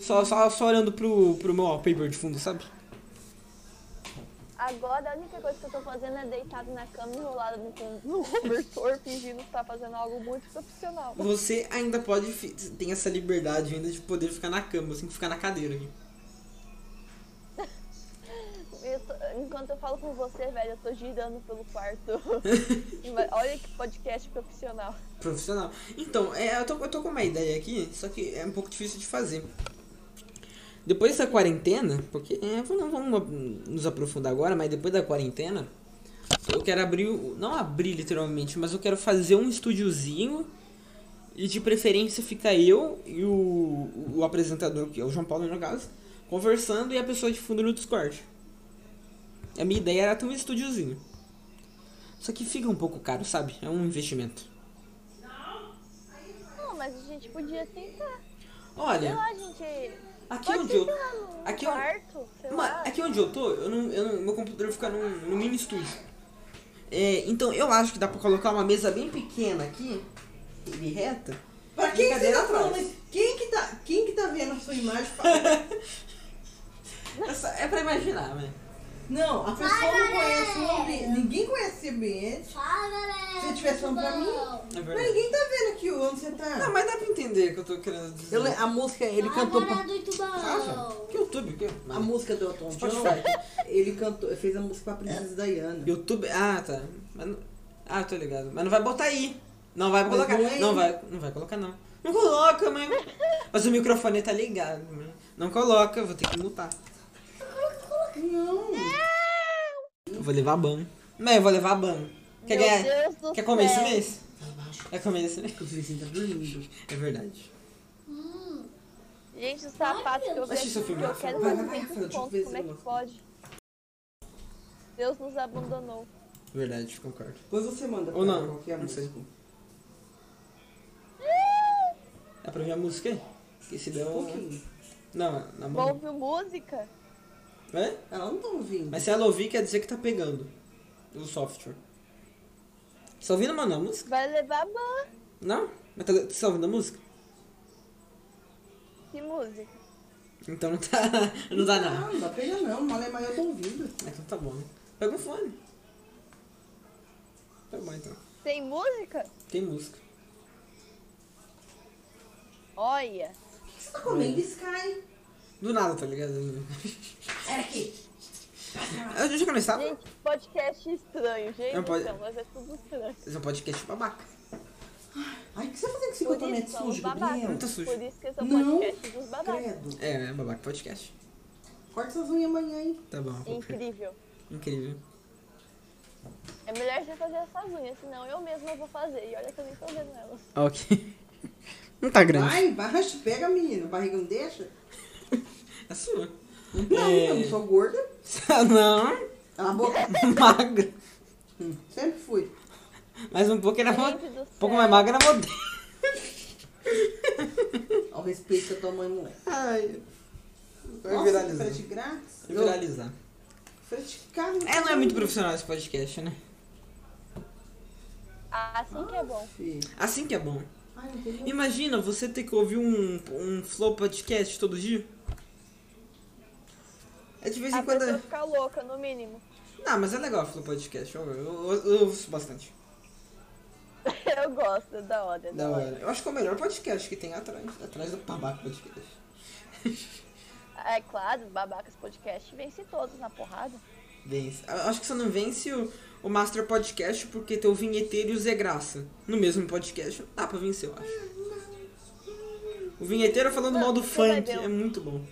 Só, só, só olhando pro, pro meu paper de fundo, sabe? Agora a única coisa que eu tô fazendo é deitado na cama enrolado no, con- no cobertor, [LAUGHS] fingindo que tá fazendo algo muito profissional. Você ainda pode. fi- Tem essa liberdade ainda de poder ficar na cama, você tem que ficar na cadeira aqui. Eu tô- enquanto eu falo com você, velho, eu tô girando pelo [LAUGHS] quarto. Olha que podcast profissional. Profissional. Então, é, eu, tô, eu tô com uma ideia aqui, só que é um pouco difícil de fazer. Depois da quarentena, porque é, não vamos nos aprofundar agora, mas depois da quarentena, eu quero abrir, o- não abrir literalmente, mas eu quero fazer um estúdiozinho e de preferência fica eu e o, o apresentador, que é o João Paulo no caso, conversando e a pessoa de fundo no Discord. A minha ideia era ter um estúdiozinho. Só que fica um pouco caro, sabe? É um investimento. Não, mas a gente podia tentar. Sei Olha, lá, a gente. É. aqui Pode onde é, eu. ser, sei lá, num Aqui eu- quarto, sei Mano, lá. aqui onde eu tô, eu não, eu não- meu computador fica num, num mini estúdio. É, então eu acho que dá pra colocar uma mesa bem pequena aqui, e reta. Pra quem que você Brincadeira tá atrás. falando? isso? Quem que tá, quem que tá vendo a sua imagem fala- [LAUGHS] É, só- é pra imaginar, né? Não, a pessoa não conhece o ambiente. Ninguém conhece o ambiente. Se você estiver falando pra mim, É mas verdade. ninguém tá vendo aqui onde você tá. Não, mas dá pra entender o que eu tô querendo dizer. Eu le- a música, ele cantou pra... do Acha? Itubão. Que YouTube, que... a música do Elton John. Spotify. Ele cantou, fez a música pra Princesa Diana. YouTube. Ah, tá. Mas não- Ah, tô ligado. Mas não vai botar aí. Não vai Mas colocar. não é Não aí. vai, não vai colocar, não. Não coloca, mãe. Mas o microfone tá ligado, mãe. Não coloca, eu vou ter que mutar. Não. Eu vou levar ban. Mãe, eu vou levar ban. Quer Meu ganhar? Deus do Quer comer esse céu. mês? Tá Quer comer esse mês? Os vizinhos tá dormindo. É verdade. Gente, os sapatos que eu Assiste vejo seu que filme, eu Rafa. quero Vai, fazer vai, Rafa, eu 500 te pontos, vejo como é que lá. pode? Deus nos abandonou. Verdade, concordo. Depois você manda Ou pra não, qualquer não sei. é música. Hum. Dá pra ouvir a música aí? Porque se der Um um. pouquinho. Não, na Bom, mão. ouviu música? É? Ela não tá ouvindo. Mas se ela ouvir, quer dizer que tá pegando o software. Você tá ouvindo, mano, a música? Vai levar ban. Não? Mas tá, você tá ouvindo a música? Que música? Então não tá. [LAUGHS] Não dá não. Não, não dá pena não. Malemar eu tô ouvindo. Então tá bom. Pega um fone. Tá bom então. Tem música? Tem música. Olha. O que você tá comendo, Sky? Do nada, tá ligado? Era aqui. [LAUGHS] Ah, Deixa eu começar. Gente, que podcast estranho, gente. Não pode- Então, mas é tudo estranho. Esse é um podcast babaca. Ai, o que você tá fazendo com Por 50 isso metros são os sujo, babacas. Gabriel? Não tá sujo. Por isso que esse é o Não. podcast dos Um babacas. Credo. É, é babaca podcast. Corta suas unhas amanhã, hein? Tá bom. vou- Incrível. Incrível. É melhor você fazer essas unhas, senão eu mesma vou fazer. E olha que eu nem tô vendo elas. Ok. [LAUGHS] Não tá grande. Vai, baixa, pega, menino. Barriga não deixa. É sua. [LAUGHS] Não, eu não sou gorda. não. Cala [LAUGHS] a boca. Magra. Hum, Sempre fui. Mas um pouco era. Gente do Um céu. pouco mais magra era modelo. Ao respeito da tua mãe, moleque. Ai. Vai Nossa, que viralizar. frete grátis. Vai viralizar. Frete caro. É, não é muito profissional esse podcast, né? Ah, assim que é bom. Filho. Assim que é bom. Ai, não tem Imagina você ter que ouvir um, um flow podcast todo dia. É de vez em A quando. pessoa é- fica louca, no mínimo. [LAUGHS] Ah, mas é legal flow podcast. Eu, eu, eu- eu ouço bastante. Eu gosto, é da hora. é Da hora. Eu acho que é o melhor podcast que tem atrás. Atrás do babaca podcast. É claro, babacas podcast vence todos na porrada. Vence. A- Acho que você não vence o, o Master Podcast porque tem o Vinheteiro e o Zé Graça. No mesmo podcast, dá pra vencer, eu acho. O Vinheteiro falando Não, mal do você vai funk ver o- é muito bom.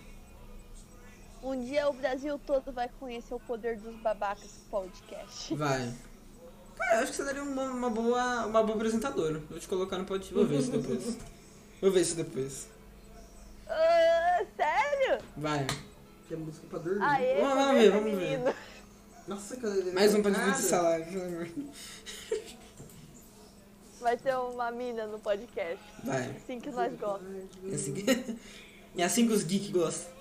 Um dia o Brasil todo vai conhecer o poder dos babacas podcast. [LAUGHS] Vai. Cara, eu acho que você daria uma, uma boa, uma boa apresentadora. Vou te colocar no podcast. Vou ver isso depois. Vou ver isso depois. Ah, sério? Vai. Que é música pra dormir. Aê, Vamos lá, poder vamos ver. feminino. Nossa, que eu Mais um podcast de Cara, salário, pelo amor. Vai ter uma mina no podcast. Vai. Assim que nós gostamos. É assim que, é assim que [LAUGHS] os geeks gostam.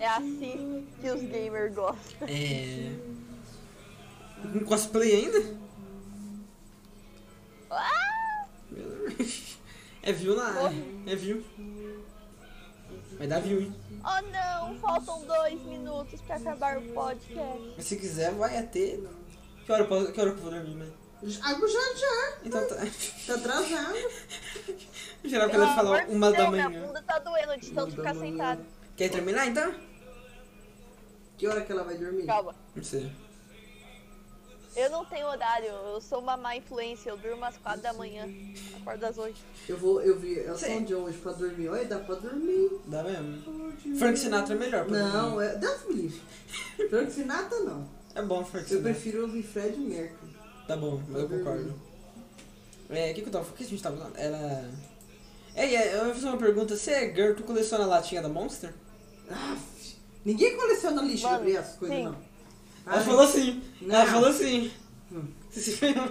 É assim que os gamers gostam. É. Com cosplay ainda? Ah! Meu Deus. É view na área. É view. Vai dar view, hein? Oh não, faltam dois minutos pra acabar o podcast. Mas se quiser, vai até. Que hora, eu posso- que hora que eu vou dormir, mãe? Ah, já, já. Então tá. Tá atrasado. Em [LAUGHS] geral, ela amor falar de uma Deus, da Ah, Minha manhã. bunda tá doendo de tanto Uma da ficar manhã. sentado. Quer terminar então? Que hora que ela vai dormir? Calma. Não sei. Eu não tenho horário, eu sou uma má influência, eu durmo às quatro da manhã, acordo às oito. Eu vou, eu vi Sim. Elton John hoje pra dormir. Olha, dá pra dormir. Dá mesmo. Frank Sinatra é melhor. pra Não, dormir. é, Deus me livre. Frank Sinatra não. é. bom, Frank Eu Sinatra. prefiro ouvir Fred Mercury. Tá bom, mas eu concordo. É, o que, que eu tava. O que a gente tava falando? Era. É, é, eu ia fazer uma pergunta. Você é girl, tu coleciona a latinha da Monster? Aff, Ah, ninguém coleciona lixo, Mano, Gabriel, essas coisas sim. não. Ela falou sim. Ela Não. falou sim. Hum. Você se ferrou.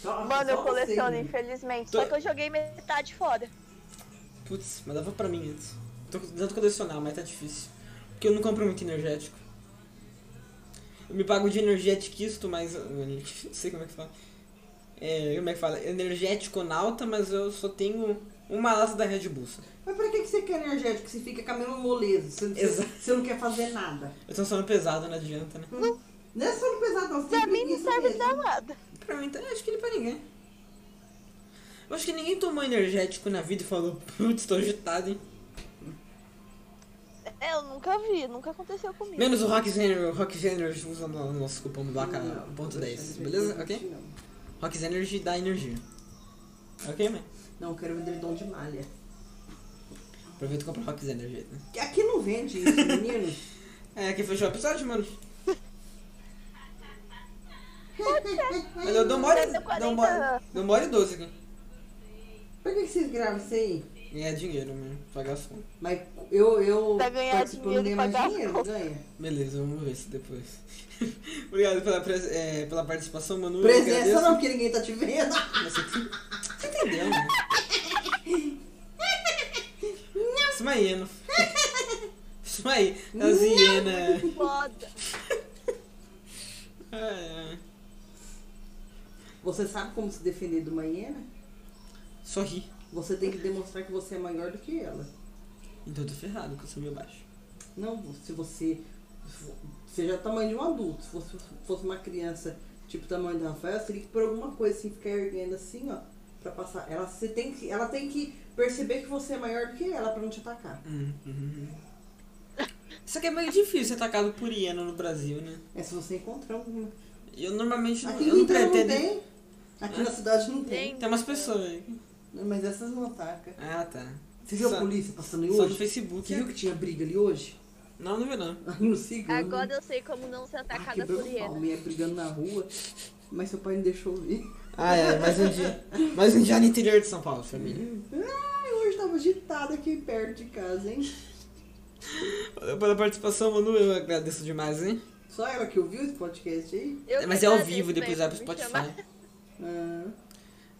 Só- Mano, Ah, só eu coleciono, você. infelizmente. Tô- Só que eu joguei metade fora. Putz, mas dava pra mim antes. Tô tentando colecionar, mas tá difícil. Porque eu não compro muito energético. Eu me pago de energético, mas. eu Não [LAUGHS] sei como é que fala. É, como é que fala? Energético nauta, mas eu só tenho uma lata da Red Bull. só. Mas pra que que você quer energético? Você fica com a mesma moleza. Você, você- Exato. você não quer fazer nada. Eu tô sono pesado, não adianta, né? Não é só no pesado, não. você Pra tem mim não preguiça serve mesmo. pra nada. Pra mim, tá, acho que ele pra ninguém. Eu acho que ninguém tomou energético na vida e falou, putz, tô agitado, hein? É, eu nunca vi, nunca aconteceu comigo. Menos o Rock Zener, o Rock Zener usa no nosso cupom do Baca Não, não, ponto vou 10, deixar de beleza? vender Ok? Não, Rock Energy dá energia. Ok, mãe? não eu quero vender dom de malha. Aproveita e compra Rock Energy, né? Aqui não vende [LAUGHS] isso, menino. É, aqui fechou o episódio, mano. Mas eu dou mole, Deve ter 40 dou mole, dou mole 12 aqui. um Por que que vocês gravam isso aí? Ganhar dinheiro, mano. Pagar as contas. Mas eu, eu Pra ganhar participando dinheiro e ganha mais pagar as dinheiro, contas. ganha. Beleza, vamos ver isso depois. [LAUGHS] Obrigado pela, pres- é, pela participação, Manu. eu Presença agradeço. não, porque ninguém tá te vendo. [LAUGHS] Mas Você, você entendeu, né? Isso é uma hiena. Isso é uma hiena. As hienas. Foda. Ai, ai. Você sabe como se defender de uma hiena? Sorri. Você tem que demonstrar que você é maior do que ela. Então eu tô ferrado, que eu sou meio baixo. Não, se você. Você já é o tamanho de um adulto. Se fosse, fosse uma criança, tipo o tamanho da Rafael, você teria que por alguma coisa assim, ficar erguendo assim, ó, pra passar. Ela, você tem que, ela tem que perceber que você é maior do que ela pra não te atacar. Hum, hum, hum. Isso aqui é meio difícil ser atacado por hiena no Brasil, né? É se você encontrar alguma. Eu normalmente não, Aqui eu no não Rio não pretendo. tem. Aqui na cidade não tem. Tem. Tem umas pessoas aí. Mas essas não atacam. Ah, tá. Você viu Só- a polícia passando ali Só no hoje? Facebook. é- Você viu que tinha briga ali hoje? Não, não vi não. Ali no cigano. Agora eu sei como não ser tá Ah, atacada quebrou por o pau, hiena. meia brigando na rua, mas seu pai não deixou eu ir. Ah, é, mais um dia. Mais um dia no interior de São Paulo, família. Ai, hoje tava agitado aqui perto de casa, hein? Valeu pela participação, Manu, eu agradeço demais, hein? Só ela que ouviu esse podcast aí? Eu Mas que é ao agradeço, vivo, né, depois vai por pro me Spotify. chamar. Ah,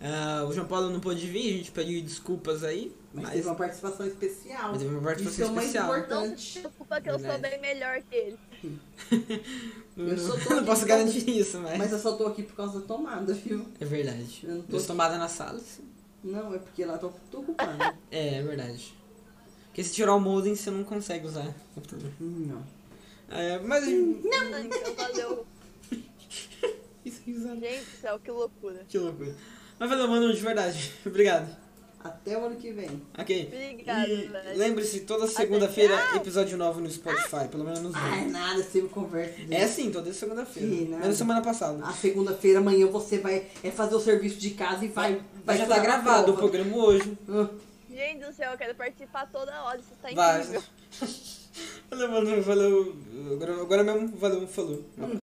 Ah, o João Paulo não pôde vir, a gente pediu desculpas aí. mas, Mas, teve uma participação especial. Mas teve uma participação Isso é o mais especial. Não se importante. preocupa que eu sou Verdade. bem melhor que ele. eu não, eu só tô não [LAUGHS] aqui posso por causa- garantir isso, mas. Mas eu só tô aqui por causa da tomada, viu? É verdade. Eu não tô- Duas tomadas na sala. sim. Não, é porque lá tô, tô ocupada. É, é verdade. Porque se tirar o modem, você não consegue usar o computador. Hum, não. É, mas. Não, então valeu. Isso, é risada. Gente do céu, que loucura. Que loucura. Mas valeu, mano, de verdade. [LAUGHS] Obrigado. Até o ano que vem. Ok. Obrigada, E Vlad. Lembre-se, toda segunda-feira, episódio novo no Spotify, pelo menos nos Ah, é dois. nada, sempre conversa. É sim, toda segunda-feira. Sim, né? Menos semana passada. A segunda-feira, amanhã, você vai é fazer o serviço de casa e vai. vai Mas já tá estudar a gravado o prova. programa hoje. Gente do céu, eu quero participar toda hora, você tá É Vai. [LAUGHS] incrível. Valeu, mano. Valeu. Agora, agora mesmo, valeu, falou. Hum,